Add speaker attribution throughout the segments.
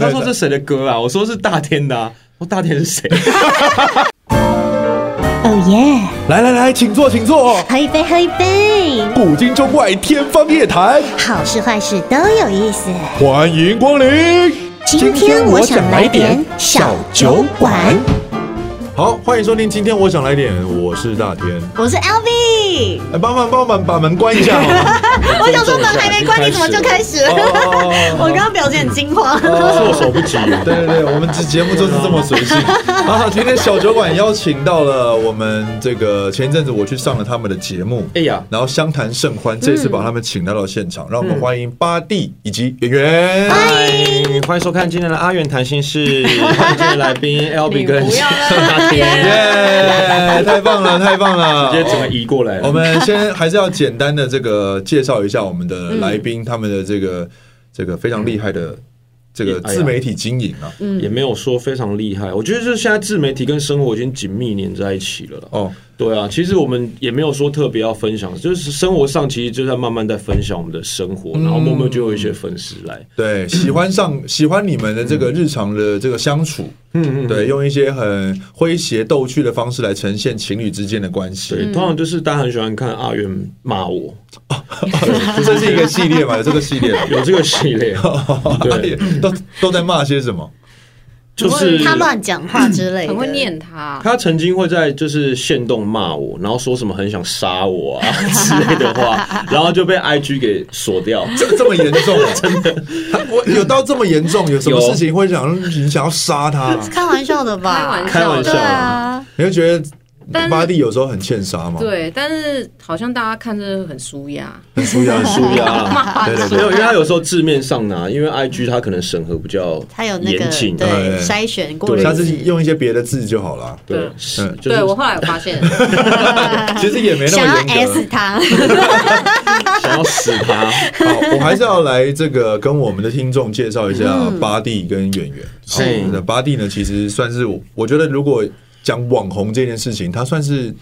Speaker 1: 他说这谁的歌啊？我说是大天的、啊。我大天是谁？
Speaker 2: 哦耶！
Speaker 3: 来来来，请坐，请坐。
Speaker 2: 喝一杯，喝一杯，
Speaker 3: 古今中外，天方夜谭，
Speaker 2: 好事坏事都有意思。
Speaker 3: 欢迎光临。
Speaker 2: 今天我想来点小酒馆。
Speaker 3: 好，欢迎收听。今天我想来点，我是大天。
Speaker 2: 我是 L V，
Speaker 3: 哎，帮忙帮忙把门关一下 好吗？
Speaker 2: 我想说门还没关，你怎么就开始了？
Speaker 3: 哦
Speaker 2: 我刚刚表情很惊慌。
Speaker 1: 措手不及。
Speaker 3: 对对对，我们这节目就是这么随性啊！今天小酒馆邀请到了我们这个前一阵子我去上了他们的节目，
Speaker 1: 哎呀，
Speaker 3: 然后相谈甚
Speaker 2: 嗯
Speaker 3: 欢，这次把他们请到了现场，让我们欢迎巴蒂以及圆圆。
Speaker 2: 嗯
Speaker 1: 嗨，欢迎收看今天的阿元谈心 事，欢迎今天的来 宾 L B 跟
Speaker 4: 不要了
Speaker 1: 大天，
Speaker 3: 耶！太棒了，太棒了！
Speaker 1: 直接整个移过来
Speaker 3: 我
Speaker 1: 了。
Speaker 3: 们先还是要简单的这个介绍一下我们的来宾，他们的这
Speaker 1: 嗯
Speaker 3: 个这个非常厉害的这个
Speaker 1: 哎
Speaker 3: 自媒体经营啊。
Speaker 1: 也没有说非常厉害，我觉得就是现在自媒体跟生活已经紧密连在一起了啦。
Speaker 3: 哦，
Speaker 1: 对啊，其实我们也没有说特别要分享，就是生活上其实就在慢慢在分享我们的生活，然后默默就有一些粉丝来。
Speaker 3: 对，喜欢上喜欢你们的这个日常的这个相处，
Speaker 1: 嗯
Speaker 3: 对，用一些很诙谐逗趣的方式来呈现情侣之间的关系。
Speaker 1: 对，通常就是大家很喜欢看阿元骂我，
Speaker 3: 这是一个系列 嘛，有这个系列的。
Speaker 1: 有这个系 列，对，
Speaker 3: 都都在骂些什 么？
Speaker 1: 就是
Speaker 2: 他乱讲话之类的，
Speaker 4: 很会。念他，
Speaker 1: 他曾经会在就是线动骂我，然后说什么很想杀我 啊之类的话，然后就被 IG 给锁 掉。
Speaker 3: 这这么严重、啊？真的？ 我有到这么严重？有什么事情会想你想要杀他、
Speaker 2: 开玩笑的吧？
Speaker 4: 开
Speaker 1: 开
Speaker 4: 玩笑
Speaker 1: 玩笑
Speaker 2: 对啊，
Speaker 3: 你会觉得
Speaker 4: 但是
Speaker 3: 巴蒂有时候很欠杀吗？，
Speaker 4: 对，但是好像大家看着很舒压，
Speaker 3: 很舒压，很
Speaker 1: 舒压，
Speaker 3: 对对
Speaker 1: 没有，
Speaker 3: 对
Speaker 1: 因为他有时候字面上拿，因为 IG 他可能审核比较
Speaker 2: 他有那个
Speaker 1: 严谨，啊
Speaker 3: 对
Speaker 2: 对筛选
Speaker 3: 哎对，
Speaker 2: 过滤
Speaker 3: 下次用一些别的字就好了。
Speaker 1: 对
Speaker 4: 嗯，
Speaker 1: 是就
Speaker 4: 对我
Speaker 1: 是
Speaker 4: 后来有发 现，
Speaker 3: 其实也没那
Speaker 2: 啊想要
Speaker 3: 么严
Speaker 2: S
Speaker 3: 格。哦
Speaker 2: 他，
Speaker 1: 想要死 他。
Speaker 3: 好，我还是要来这个跟我们的听众介绍一下
Speaker 2: 嗯
Speaker 3: 巴蒂跟圆圆。好
Speaker 1: 是
Speaker 3: 那巴蒂呢，其实算是我我觉得如果讲网红这件事情，他算是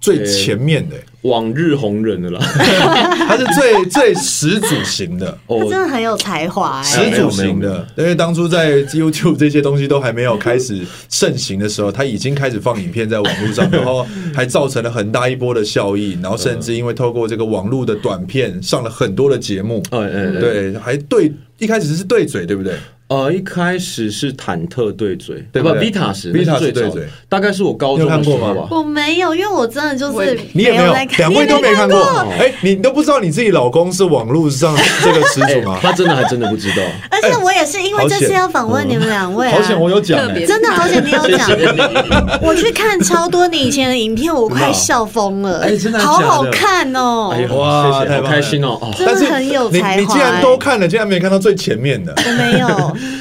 Speaker 3: 最前面的、
Speaker 1: 往日红人 的啦，
Speaker 3: 他是最 最始祖型的。
Speaker 1: 哦
Speaker 2: 他， 真的很有才华哎、
Speaker 3: 始祖型
Speaker 1: 没有没有没有
Speaker 3: 的，因为当初在 YouTube 这些东西都还没有开始盛行的时候，他已经开始放影片在网络上，然后还造成了很大一波的效益，然后甚至因为透过这个网络的短片上了很多的节目，
Speaker 1: 嗯嗯，嗯，
Speaker 3: 对，还对一开始是对嘴，对不对？
Speaker 1: 呃，一开始是忐特对嘴，啊
Speaker 3: 对
Speaker 1: 不
Speaker 3: 不对
Speaker 1: ？Vitas
Speaker 3: Vitas
Speaker 1: 最早
Speaker 3: 对
Speaker 1: 的
Speaker 3: 嘴，
Speaker 1: 大概是我高中
Speaker 3: 你有看
Speaker 1: 的时
Speaker 3: 过吗
Speaker 1: 候吧。
Speaker 2: 我没有，因为我真的就
Speaker 4: 我
Speaker 2: 是
Speaker 4: 也
Speaker 3: 你也没有
Speaker 2: 在，看
Speaker 3: 两位都没看过
Speaker 2: 你也没看过。
Speaker 3: 哎，你都不知道你自己老公是网络上这个始祖 吗？
Speaker 1: 哎他真的还真的不知 道，
Speaker 3: 哎
Speaker 2: 而且我也是因为这次要访问你们两位、啊，
Speaker 3: 嗯好险我有讲
Speaker 4: 特
Speaker 3: 哎
Speaker 4: 别
Speaker 2: 真的好险你有讲，我去看超多你以前的影片，我
Speaker 3: 啊
Speaker 2: 快笑疯了，
Speaker 1: 哎真的
Speaker 2: 好
Speaker 1: 假的
Speaker 2: 好看哦
Speaker 1: 哎，呀，
Speaker 3: 哇
Speaker 1: 谢谢，
Speaker 3: 太棒
Speaker 1: 好
Speaker 3: 了
Speaker 1: 开心哦！哦，
Speaker 2: 真的很有
Speaker 3: 你
Speaker 2: 才华、欸
Speaker 3: 你竟然都看了，竟然没看到最前面的。
Speaker 2: 我没 有，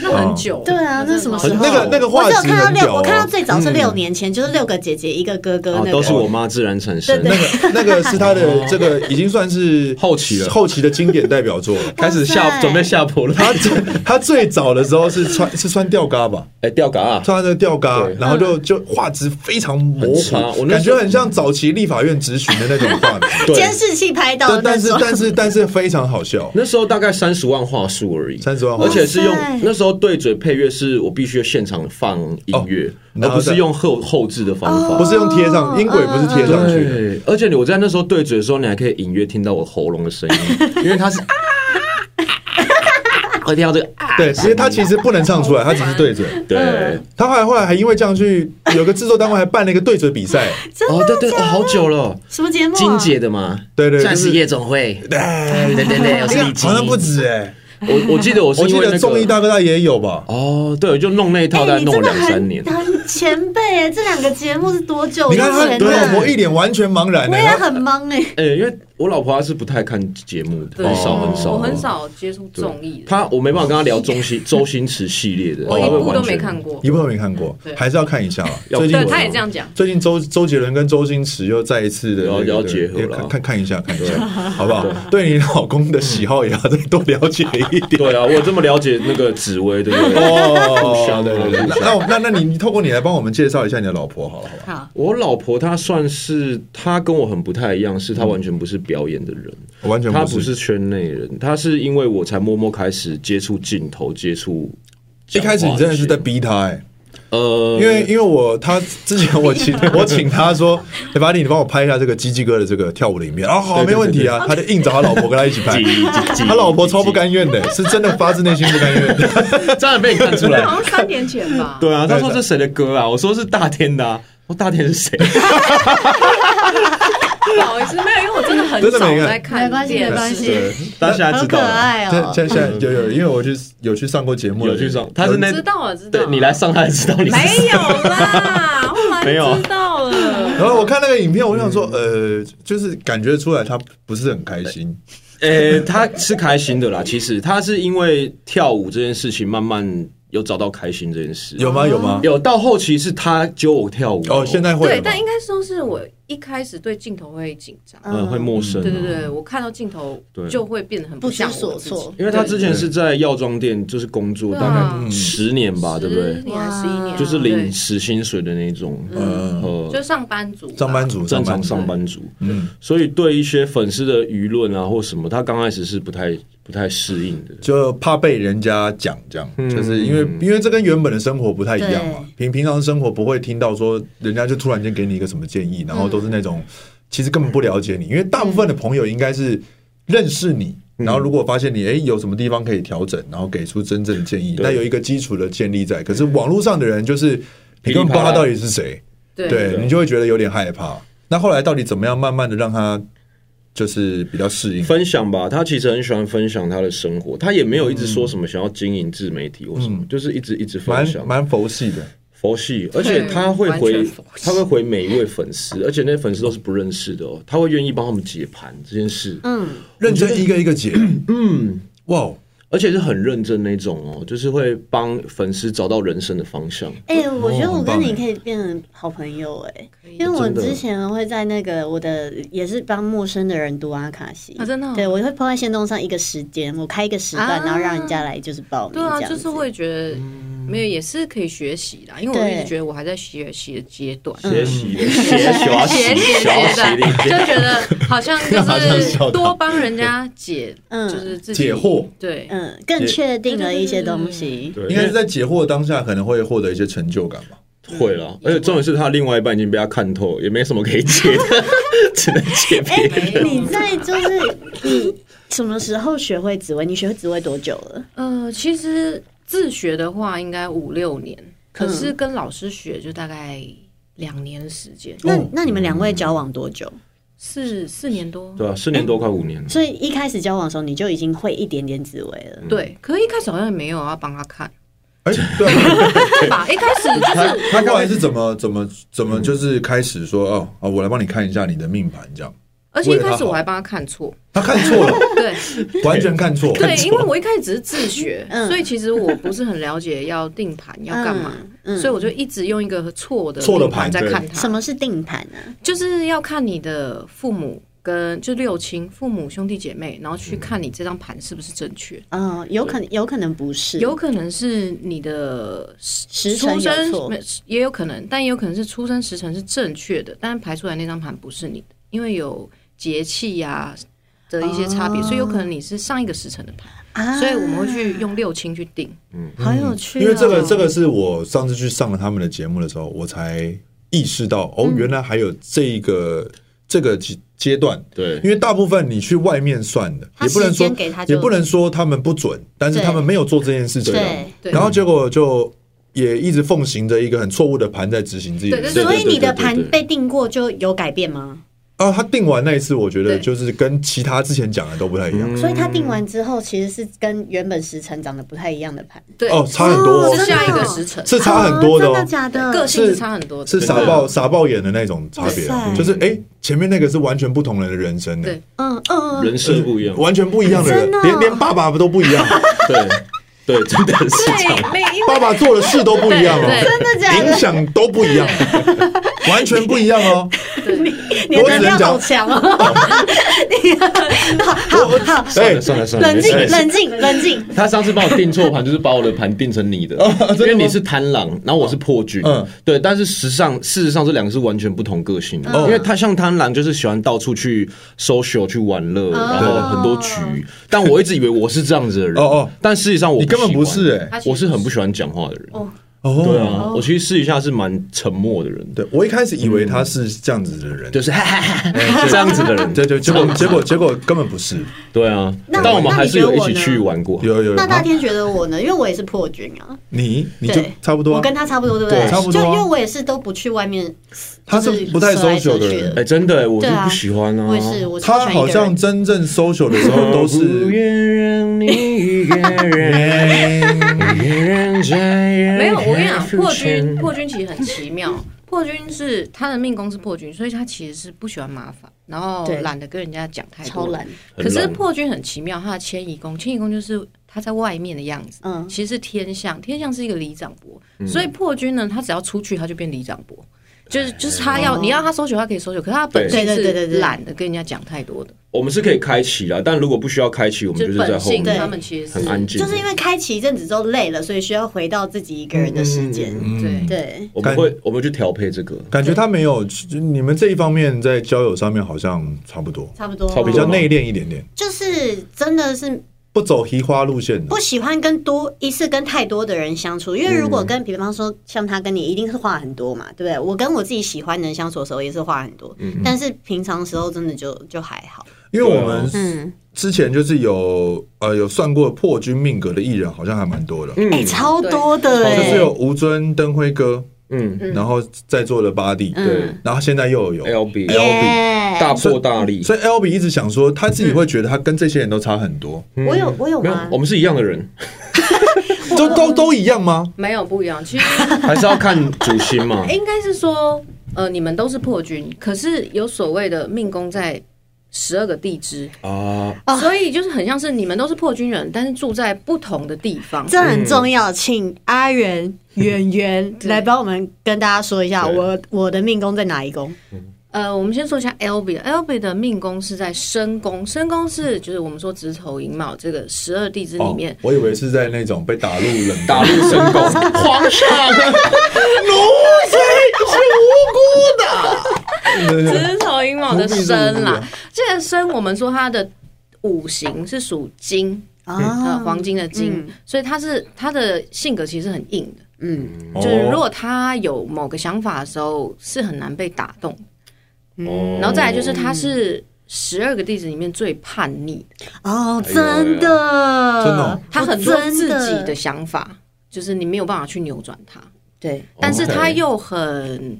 Speaker 4: 那很久，
Speaker 2: 对啊，那什么时候？
Speaker 3: 那个那个画
Speaker 2: 我
Speaker 3: 质
Speaker 2: 只有看到
Speaker 3: 很屌
Speaker 2: 六，
Speaker 3: 哦
Speaker 2: 我看到最早是六年前，就是六个姐姐一个哥哥
Speaker 1: 啊
Speaker 2: 那个，
Speaker 1: 都是我妈自然产生
Speaker 2: 对
Speaker 3: 那
Speaker 2: 对
Speaker 1: 的，
Speaker 3: 个 那个是他的这个已经算是
Speaker 1: 哦后期了
Speaker 3: 后期的经典代表作 了。
Speaker 1: 开始
Speaker 2: 哇
Speaker 1: 下
Speaker 2: 塞
Speaker 1: 准备下坡了。
Speaker 3: 他最他最早的时候是穿是穿吊嘎吧，
Speaker 1: 哎，吊嘎啊！
Speaker 3: 穿那个吊嘎
Speaker 1: 对，
Speaker 3: 然后就就画质非常模
Speaker 1: 很差
Speaker 3: 糊，
Speaker 1: 我那
Speaker 3: 感
Speaker 1: 时候
Speaker 3: 觉很像早期立法院质询的那种画面。
Speaker 1: 对
Speaker 2: 监视器拍到
Speaker 3: 但
Speaker 2: 的那
Speaker 3: 但是
Speaker 2: 种。
Speaker 3: 但是但是非常好笑，
Speaker 1: 那时候大概三十万话术而已，
Speaker 3: 30万话
Speaker 1: 而
Speaker 3: 术
Speaker 1: 且是用
Speaker 2: 哇塞
Speaker 1: 那时候对嘴配乐，是我必须要现场放音乐，而
Speaker 3: 哦然后
Speaker 1: 不是
Speaker 3: 再哦
Speaker 1: 用后后置的方法。
Speaker 3: 不是用贴
Speaker 1: 哦
Speaker 3: 上音轨，不是贴上去的。
Speaker 1: 对，而且你我在那时候对嘴的时候，你还可以隐约听到我喉咙的声音，因为它 是啊，会听到这个啊，
Speaker 3: 对，其实他其实不能唱出来，他只是对嘴。
Speaker 1: 对，
Speaker 3: 他后来后来还因为这样去，有个制作单位还办了一个对嘴比赛。
Speaker 1: 哦，对对，哦好久了，
Speaker 2: 什么节目、啊？
Speaker 1: 金姐的嘛，
Speaker 3: 对对
Speaker 1: 钻石
Speaker 3: 就是
Speaker 1: 夜总会，
Speaker 3: 哎，
Speaker 1: 对对对，我是李金
Speaker 3: 好像不止哎，
Speaker 1: 我我记得我是
Speaker 3: 我
Speaker 1: 因
Speaker 3: 记
Speaker 1: 为那
Speaker 3: 得
Speaker 1: 个
Speaker 3: 综艺大哥大也有吧？
Speaker 1: 哦，对，我就弄那一
Speaker 2: 哎，
Speaker 1: 套，大概
Speaker 2: 你
Speaker 1: 弄
Speaker 2: 真
Speaker 1: 了
Speaker 2: 的
Speaker 1: 两三年
Speaker 2: 很。很前辈耶，这两个节目是多久
Speaker 3: 你
Speaker 2: 哦以
Speaker 3: 看他
Speaker 2: 前啊
Speaker 3: 对啊
Speaker 2: 的？
Speaker 3: 我一脸完全茫然
Speaker 2: 我
Speaker 3: 呢、
Speaker 2: 也
Speaker 3: 欸。
Speaker 2: 很忙哎、
Speaker 1: 哎、因为我老婆她是不太看节目的，
Speaker 4: 对，
Speaker 1: 很少很少，
Speaker 4: 我很。少接触综艺的，
Speaker 1: 她我没办法跟她聊中西周星驰系列的，
Speaker 4: 我
Speaker 1: 她
Speaker 4: 一
Speaker 1: 会
Speaker 4: 部
Speaker 1: 完
Speaker 4: 都
Speaker 1: 全
Speaker 4: 没看。过
Speaker 3: 一，部都没看过，
Speaker 4: 对
Speaker 3: 还是要看一下吧。
Speaker 1: 要
Speaker 3: 最近
Speaker 4: 对，
Speaker 1: 我
Speaker 4: 他也这样讲，
Speaker 3: 最近周周杰伦跟周星驰又再一次的那个
Speaker 1: 要要结合了啊
Speaker 3: 对看看看一下，看一下，好不好？对你老公的喜好也要再多了解一点。
Speaker 1: 对啊，我这么了解那个紫薇，对不对？
Speaker 3: 哦
Speaker 1: 互相
Speaker 3: 对对对，那那我那那你你透过你来帮我们介绍一下你的老婆好了，好吧？
Speaker 2: 好，
Speaker 1: 我老婆她算是她跟我很不太一样，是她完全不是表演的人，
Speaker 3: 我完全
Speaker 1: 她
Speaker 3: 嗯不
Speaker 1: 不是圈内人，她是因为我才默默开始接触镜头，接触
Speaker 3: 一
Speaker 1: 讲话
Speaker 3: 开始你真的是在
Speaker 1: 这些
Speaker 3: 逼他哎、
Speaker 1: 呃，
Speaker 3: 因为因为我他之前 我请我请他说，哎，把你帮我拍一下这个鸡鸡哥的这个跳舞的影片啊，好，
Speaker 1: 对对
Speaker 3: 没问题啊，他就硬找他老婆跟他一起拍
Speaker 1: 挤，挤挤
Speaker 3: 他老婆超不甘愿的，是真的发自内心不甘 愿的。
Speaker 1: 真的被你看出
Speaker 4: 这
Speaker 1: 来。
Speaker 4: 好像三年前吧。
Speaker 1: 对啊，他说这谁的歌啊？我说是大天的、啊。我说大天是 谁？
Speaker 4: 不好意思，没有，因为我真的很
Speaker 3: 真的
Speaker 4: 少
Speaker 3: 没看
Speaker 4: 在看，
Speaker 2: 没关系没关系
Speaker 3: 对，
Speaker 1: 大家现在
Speaker 2: 好
Speaker 1: 知
Speaker 2: 可
Speaker 1: 道啊了。
Speaker 2: 爱
Speaker 3: 现
Speaker 2: 哦、
Speaker 3: 现现在有有，因为我去有去上过节目了，
Speaker 1: 有去上，他是那
Speaker 4: 知道啊，知道
Speaker 1: 对
Speaker 4: 啊。
Speaker 1: 你来上海知道你是谁
Speaker 4: 没有啦，后 来
Speaker 1: 没有
Speaker 4: 知 道了。
Speaker 3: 然后我看那个影片，我想说，
Speaker 1: 嗯
Speaker 3: 呃，就是感觉出来他不是很开心，
Speaker 1: 呃、他是开心的啦。其实他是因为跳舞这件事情，慢慢有找到开心这件事。
Speaker 3: 有吗？有吗？
Speaker 1: 有到后期是他揪我跳舞
Speaker 3: 哦，现在会
Speaker 4: 对
Speaker 3: 了，吗
Speaker 4: 但应该说是我一开始对镜头会紧张，
Speaker 1: 嗯会陌生、啊，
Speaker 4: 对对对，我看到镜头
Speaker 1: 对
Speaker 4: 就会变得很
Speaker 2: 不知
Speaker 4: 像
Speaker 2: 所
Speaker 4: 我自己
Speaker 2: 措，
Speaker 1: 因为他之前是在药妆店就是工作，
Speaker 4: 对啊
Speaker 1: 大概十年吧，对不
Speaker 4: 十
Speaker 1: 对？
Speaker 4: 年还是11年，
Speaker 1: 就是
Speaker 4: 对
Speaker 1: 领死薪水的那种，
Speaker 3: 嗯，
Speaker 1: 呃，
Speaker 4: 就上班族啊吧，
Speaker 3: 上班族，
Speaker 1: 正
Speaker 3: 班
Speaker 1: 常
Speaker 3: 族
Speaker 1: 上班族。
Speaker 3: 嗯，
Speaker 1: 所以对一些粉丝的舆论啊或什么，他刚开始是不太不太适应的。
Speaker 3: 就怕被人家讲这样，
Speaker 1: 嗯
Speaker 3: 就是因为因为这跟原本的生活不太一样嘛，平平常生活不会听到说人家就突然间给你一个什么建议，然后都是那种其实根本不了解你，因为大部分的朋友应该是认识你。
Speaker 1: 嗯
Speaker 3: 然后，如果发现你诶有什么地方可以调整，然后给出真正的建议，
Speaker 1: 对
Speaker 3: 那有一个基础的建立在。可是网络上的人就是你根本不知道他到底是谁，
Speaker 4: 对
Speaker 3: 对
Speaker 1: 对
Speaker 3: 你就会觉得有点害怕。那后来到底怎么样，慢慢的让他就是比较适应？
Speaker 1: 分享吧，他其实很喜欢分享他的生活，他也没有一直说什么想要经营自媒体或什么，就是一直一直分
Speaker 3: 嗯蛮
Speaker 1: 享
Speaker 3: 蛮佛系的，
Speaker 1: 佛系，而且他会
Speaker 4: 完全
Speaker 1: 回
Speaker 4: 佛系
Speaker 1: 他会回每一位粉丝，而且那些粉丝都是不认识的哦，他会愿意帮他们解盘这件事，
Speaker 2: 嗯，
Speaker 3: 认真一个一个解。嗯，哇哦，
Speaker 1: 而且是很认真那种哦，就是会帮粉丝找到人生的方向。
Speaker 2: 哎、我觉得我
Speaker 3: 很棒
Speaker 2: 跟你
Speaker 3: 哎
Speaker 2: 可以变成好朋友哎、
Speaker 4: 可以
Speaker 2: 因为我
Speaker 1: 真的
Speaker 2: 之前会在那个我的也是帮陌生的人读阿卡西，
Speaker 4: 啊真的哦
Speaker 2: 对我会抛在线动上一个时间，我开一个时段，
Speaker 4: 啊
Speaker 2: 然后让人家来就是报名
Speaker 4: 对
Speaker 2: 这
Speaker 4: 啊，
Speaker 2: 样
Speaker 4: 就
Speaker 2: 子。
Speaker 4: 是会觉得
Speaker 3: 嗯
Speaker 4: 没有，也是可以学习啦，因为我
Speaker 2: 对嗯
Speaker 4: 一直觉得我还在学习的阶段。
Speaker 1: 学习，学习， 我要洗
Speaker 4: 学习
Speaker 1: 洗我要洗
Speaker 4: 的
Speaker 1: 脸，
Speaker 4: 就觉得好像
Speaker 3: 好像笑
Speaker 4: 就是
Speaker 3: 到
Speaker 4: 多帮人家解，
Speaker 2: 嗯
Speaker 4: 就是自己
Speaker 3: 解惑，
Speaker 4: 对，
Speaker 2: 嗯，更确定了一些东西。
Speaker 1: 对
Speaker 3: 应该是在解惑当下可能会获得一些成就感吧。
Speaker 1: 会
Speaker 3: 嗯
Speaker 1: 了，而且重点是他另外一半已经被他看透，也没什么可以解的， 只能解别
Speaker 3: 哎
Speaker 1: 人。
Speaker 4: 没有
Speaker 2: 你在就是你什么时候学会紫薇？你学会紫薇多久了？
Speaker 4: 呃，其实自学的话应该五六年，可是
Speaker 2: 嗯
Speaker 4: 跟老师学就大概两年的时间，
Speaker 2: 那那你们两位交往多久？
Speaker 4: 四四年多。
Speaker 1: 对啊，四年多快五年了，
Speaker 2: 所以一开始交往的时候你就已经会一点点紫薇了。
Speaker 4: 对，可是一开始好像也没有要帮他看，
Speaker 3: 哎，对啊，
Speaker 4: 对吧？一开始就
Speaker 3: 他
Speaker 4: 是
Speaker 3: 他后来是怎么怎么怎么就是开始说哦啊，我来帮你看一下你的命盘这样。
Speaker 4: 而且一开始我还帮他看错，
Speaker 3: 他看错 了，
Speaker 4: 对
Speaker 3: 完全看错。
Speaker 4: 对，因为我一开始只是自 学，
Speaker 2: 嗯
Speaker 4: 所以其实我不是很了解要定盘要干嘛，
Speaker 2: 嗯嗯
Speaker 4: 所以我就一直用一个错的
Speaker 3: 错的
Speaker 4: 定盘
Speaker 3: 盘
Speaker 4: 在
Speaker 3: 对
Speaker 4: 看
Speaker 2: 什
Speaker 4: 它，
Speaker 2: 么是定盘啊？
Speaker 4: 就是要看你的父母跟就六亲父母兄弟姐妹，然后去看你这张盘是不是正确，
Speaker 2: 嗯，有可能，有可能不是，
Speaker 4: 有可能是你的
Speaker 2: 时辰
Speaker 4: 出
Speaker 2: 有
Speaker 4: 生
Speaker 2: 错
Speaker 4: 没，也有可能，但也有可能是出生时辰是正确的，但是排出来那张盘不是你的，因为有节气呀、的一些差别，所以有可能你是上一个时辰的盘，
Speaker 2: 啊
Speaker 4: 所以我们会去用六亲去定。
Speaker 2: 好有趣、哦
Speaker 3: 嗯因为这个这个是我上次去上了他们的节目的时候，我才意识到哦，
Speaker 2: 嗯
Speaker 3: 原来还有这一个这个阶阶段。
Speaker 1: 对
Speaker 3: 因为大部分你去外面算的，
Speaker 2: 他
Speaker 3: 也不能
Speaker 2: 时间
Speaker 3: 说
Speaker 2: 给他就
Speaker 3: 也不能说他们不准，但是
Speaker 2: 对
Speaker 3: 他们没有做这件事情。
Speaker 2: 对
Speaker 4: 对
Speaker 3: 然后结果就也一直奉行着一个很错误的盘在执行自己的
Speaker 4: 对
Speaker 3: 事。
Speaker 4: 对
Speaker 2: 所以你的
Speaker 1: 对对
Speaker 2: 盘
Speaker 1: 对
Speaker 2: 被定过就有改变吗？
Speaker 3: 啊，他定完那一次，我觉得
Speaker 4: 对
Speaker 3: 就是跟其他之前讲的都不太一样。
Speaker 2: 所以他定完之后，其实是跟原本时辰长得不太一样的盘，
Speaker 4: 对，
Speaker 3: 哦，差很多、
Speaker 2: 哦
Speaker 4: 是
Speaker 2: 真
Speaker 3: 哦，
Speaker 2: 的
Speaker 4: 下一个时辰，
Speaker 3: 是差很多的
Speaker 2: 啊
Speaker 3: 哦
Speaker 2: 真的。假的？啊
Speaker 4: 个性是差很多的，
Speaker 3: 是傻爆傻爆眼的那种差别
Speaker 2: 哇，塞
Speaker 3: 就是哎、诶前面那个是完全不同人的人生的
Speaker 4: 对，
Speaker 2: 嗯嗯嗯，
Speaker 1: 人设不一样，
Speaker 3: 完全不一样的人
Speaker 2: 真的哦，
Speaker 3: 连连爸爸都不一 样，
Speaker 1: 对对，真的是这样。
Speaker 3: 哎
Speaker 4: 妹妹，因为
Speaker 3: 爸爸做的事都不一样
Speaker 4: 对
Speaker 3: 哦
Speaker 4: 对，
Speaker 2: 真的假
Speaker 3: 影
Speaker 2: 的？
Speaker 3: 响都不一样。完全不一样 哦。
Speaker 2: 你的能量好强哦！ 你好好好，
Speaker 1: 算了算了算了，
Speaker 2: 冷静
Speaker 1: 没事
Speaker 2: 冷静冷静，
Speaker 1: 他上次帮我定错盘，就是把我的盘定成你
Speaker 3: 哦
Speaker 1: 的，因为你是贪狼，然后我是破军，
Speaker 3: 嗯
Speaker 1: 对。但是实际上，事实上这两个是完全不同个性的，
Speaker 3: 嗯
Speaker 1: 因为他像贪狼就是喜欢到处去 social 去玩
Speaker 3: 哦
Speaker 1: 乐，然后很多局。但我一直以为我是这样子的人，
Speaker 3: 哦哦
Speaker 1: 但事实上我
Speaker 3: 你根本不
Speaker 1: 不喜欢
Speaker 3: 是哎
Speaker 4: 他其实
Speaker 1: 我是很不喜欢讲话的人。
Speaker 3: 哦，
Speaker 1: 对啊，我其实私底下是蛮沉默的人，
Speaker 3: 对，我一开始以为他是这样子的人，
Speaker 1: 就是这样子的人。
Speaker 3: 对对，结果结果结果根本不是，
Speaker 1: 对啊，
Speaker 2: 那
Speaker 1: 但我们
Speaker 2: 那你
Speaker 1: 还是
Speaker 2: 觉得
Speaker 1: 有一
Speaker 2: 我
Speaker 1: 起
Speaker 2: 呢
Speaker 1: 去玩过。
Speaker 3: 有有有，
Speaker 2: 那大
Speaker 3: 好
Speaker 2: 天觉得我呢？因为我也是破军啊，
Speaker 3: 你你就
Speaker 2: 对，
Speaker 3: 差不多啊，
Speaker 2: 我跟他差不多，对不
Speaker 3: 对差不多
Speaker 2: 就
Speaker 3: 啊
Speaker 2: 因为我也是都不去外面，
Speaker 3: 他是
Speaker 2: 就是
Speaker 3: 不太
Speaker 2: 折来
Speaker 3: social 的
Speaker 2: 折去
Speaker 3: 人
Speaker 1: 哎，真的，我就不喜欢啊。
Speaker 2: 我也是，我是
Speaker 3: 他好像真正 social 的时候 都
Speaker 1: 不
Speaker 3: 是。
Speaker 1: 愿让你一个人，
Speaker 3: 嗯
Speaker 1: 一个人在人
Speaker 4: 没有，我跟你讲
Speaker 1: 海，浮
Speaker 4: 破军
Speaker 1: 沉
Speaker 4: 破军其实很奇妙。破军是他的命宫是破军，所以他其实是不喜欢麻烦，然后
Speaker 2: 对
Speaker 4: 懒得跟人家讲太多。
Speaker 2: 超懒，
Speaker 1: 很
Speaker 4: 可是
Speaker 1: 懒
Speaker 4: 破军很奇妙，他的迁移宫，迁移宫就是他在外面的样子，
Speaker 2: 嗯
Speaker 4: 其实是天象，天象是一个里长伯，
Speaker 1: 嗯
Speaker 4: 所以破军呢，他只要出去他就变里长伯，就是
Speaker 1: 哎
Speaker 4: 就是他要、你要他收酒，他可以收酒，可是他本性
Speaker 2: 哦对对对对
Speaker 4: 是
Speaker 2: 对
Speaker 4: 懒得跟人家讲太多的，
Speaker 1: 我们是可以开启啦，但如果不需要开启，我们
Speaker 4: 就
Speaker 1: 就是是在
Speaker 4: 本
Speaker 1: 后
Speaker 4: 性
Speaker 2: 对
Speaker 1: 面
Speaker 4: 他们其实
Speaker 1: 很安静，
Speaker 2: 就是因为开启一阵子之后累了，所以需要回到自己一个人的时间。
Speaker 1: 嗯
Speaker 4: 对
Speaker 2: 对，
Speaker 1: 我们会我们去调配这个，
Speaker 3: 感觉他没有，就你们这一方面在交友上面好像差不多，
Speaker 2: 差不多
Speaker 1: 差不
Speaker 3: 比
Speaker 1: 多
Speaker 3: 较内敛一点点，
Speaker 2: 就是真的是
Speaker 3: 不走移花路线的
Speaker 2: 不。喜欢跟多一次跟太多的人相处，因为如
Speaker 1: 嗯
Speaker 2: 果跟比方说像他跟你，一定是话很多嘛，对不对？我跟我自己喜欢的人相处的时候也是话很多，
Speaker 1: 嗯
Speaker 2: 但是平常时候真的就就还好。
Speaker 3: 因为我们
Speaker 2: 嗯，
Speaker 3: 之前就是有呃有算过破军命格的艺人，好像还蛮多的，
Speaker 2: 哎、超多的
Speaker 1: 哦
Speaker 2: 哎、
Speaker 3: 就是有吴尊、灯辉哥，
Speaker 1: 嗯
Speaker 3: 然后在座的巴蒂，
Speaker 2: 嗯
Speaker 1: 对
Speaker 3: 然后现在又有
Speaker 1: ，L B
Speaker 2: Yeah
Speaker 1: 大破大立，
Speaker 3: 所以 L B 一直想说，他自
Speaker 2: 嗯
Speaker 3: 己会觉得他跟这些人都差很多，
Speaker 2: 我有我有
Speaker 1: 嗯没有哦
Speaker 2: 吗，
Speaker 1: 我？们是一样的人，
Speaker 3: 都都都一样吗？
Speaker 4: 没有不一样，其实。。
Speaker 1: 还是要看主心嘛
Speaker 4: 应该是说，呃，你们都是破军，可是有所谓的命宫在十二个地支，
Speaker 1: 啊，
Speaker 2: 啊
Speaker 4: 所以就是很像是你们都是破军人，但是住在不同的地方。
Speaker 2: 这很重要，请阿元、圆圆来帮我们跟大家说一下，
Speaker 1: 嗯对
Speaker 2: 我我的命宫在哪一宫？
Speaker 4: 呃，我们先说一下 L B L B 的命宫是在申宫，申宫是就是我们说子丑寅卯这个十二地支里面。
Speaker 3: 哦，我以为是在那种被打入冷 宫
Speaker 1: 打入深 宫，皇上，
Speaker 4: 哦子丑寅卯的申
Speaker 3: 奴婢是奴
Speaker 4: 啦，这个申我们说它的五行是属金，呃，
Speaker 2: 啊，
Speaker 4: 黄金的金，所以它是它的性格其实很硬的，
Speaker 2: 嗯，
Speaker 3: 哦
Speaker 4: 就是如果他有某个想法的时候，是很难被打动。
Speaker 1: 哦
Speaker 4: 然后再来就是他是十二个弟子里面最叛逆的，
Speaker 2: 哦，
Speaker 1: 哎呦
Speaker 2: 真的，真
Speaker 3: 真的哦
Speaker 4: 他很多自己的想法，就是你没有办法去扭转他，
Speaker 2: 对，
Speaker 4: 但是他又很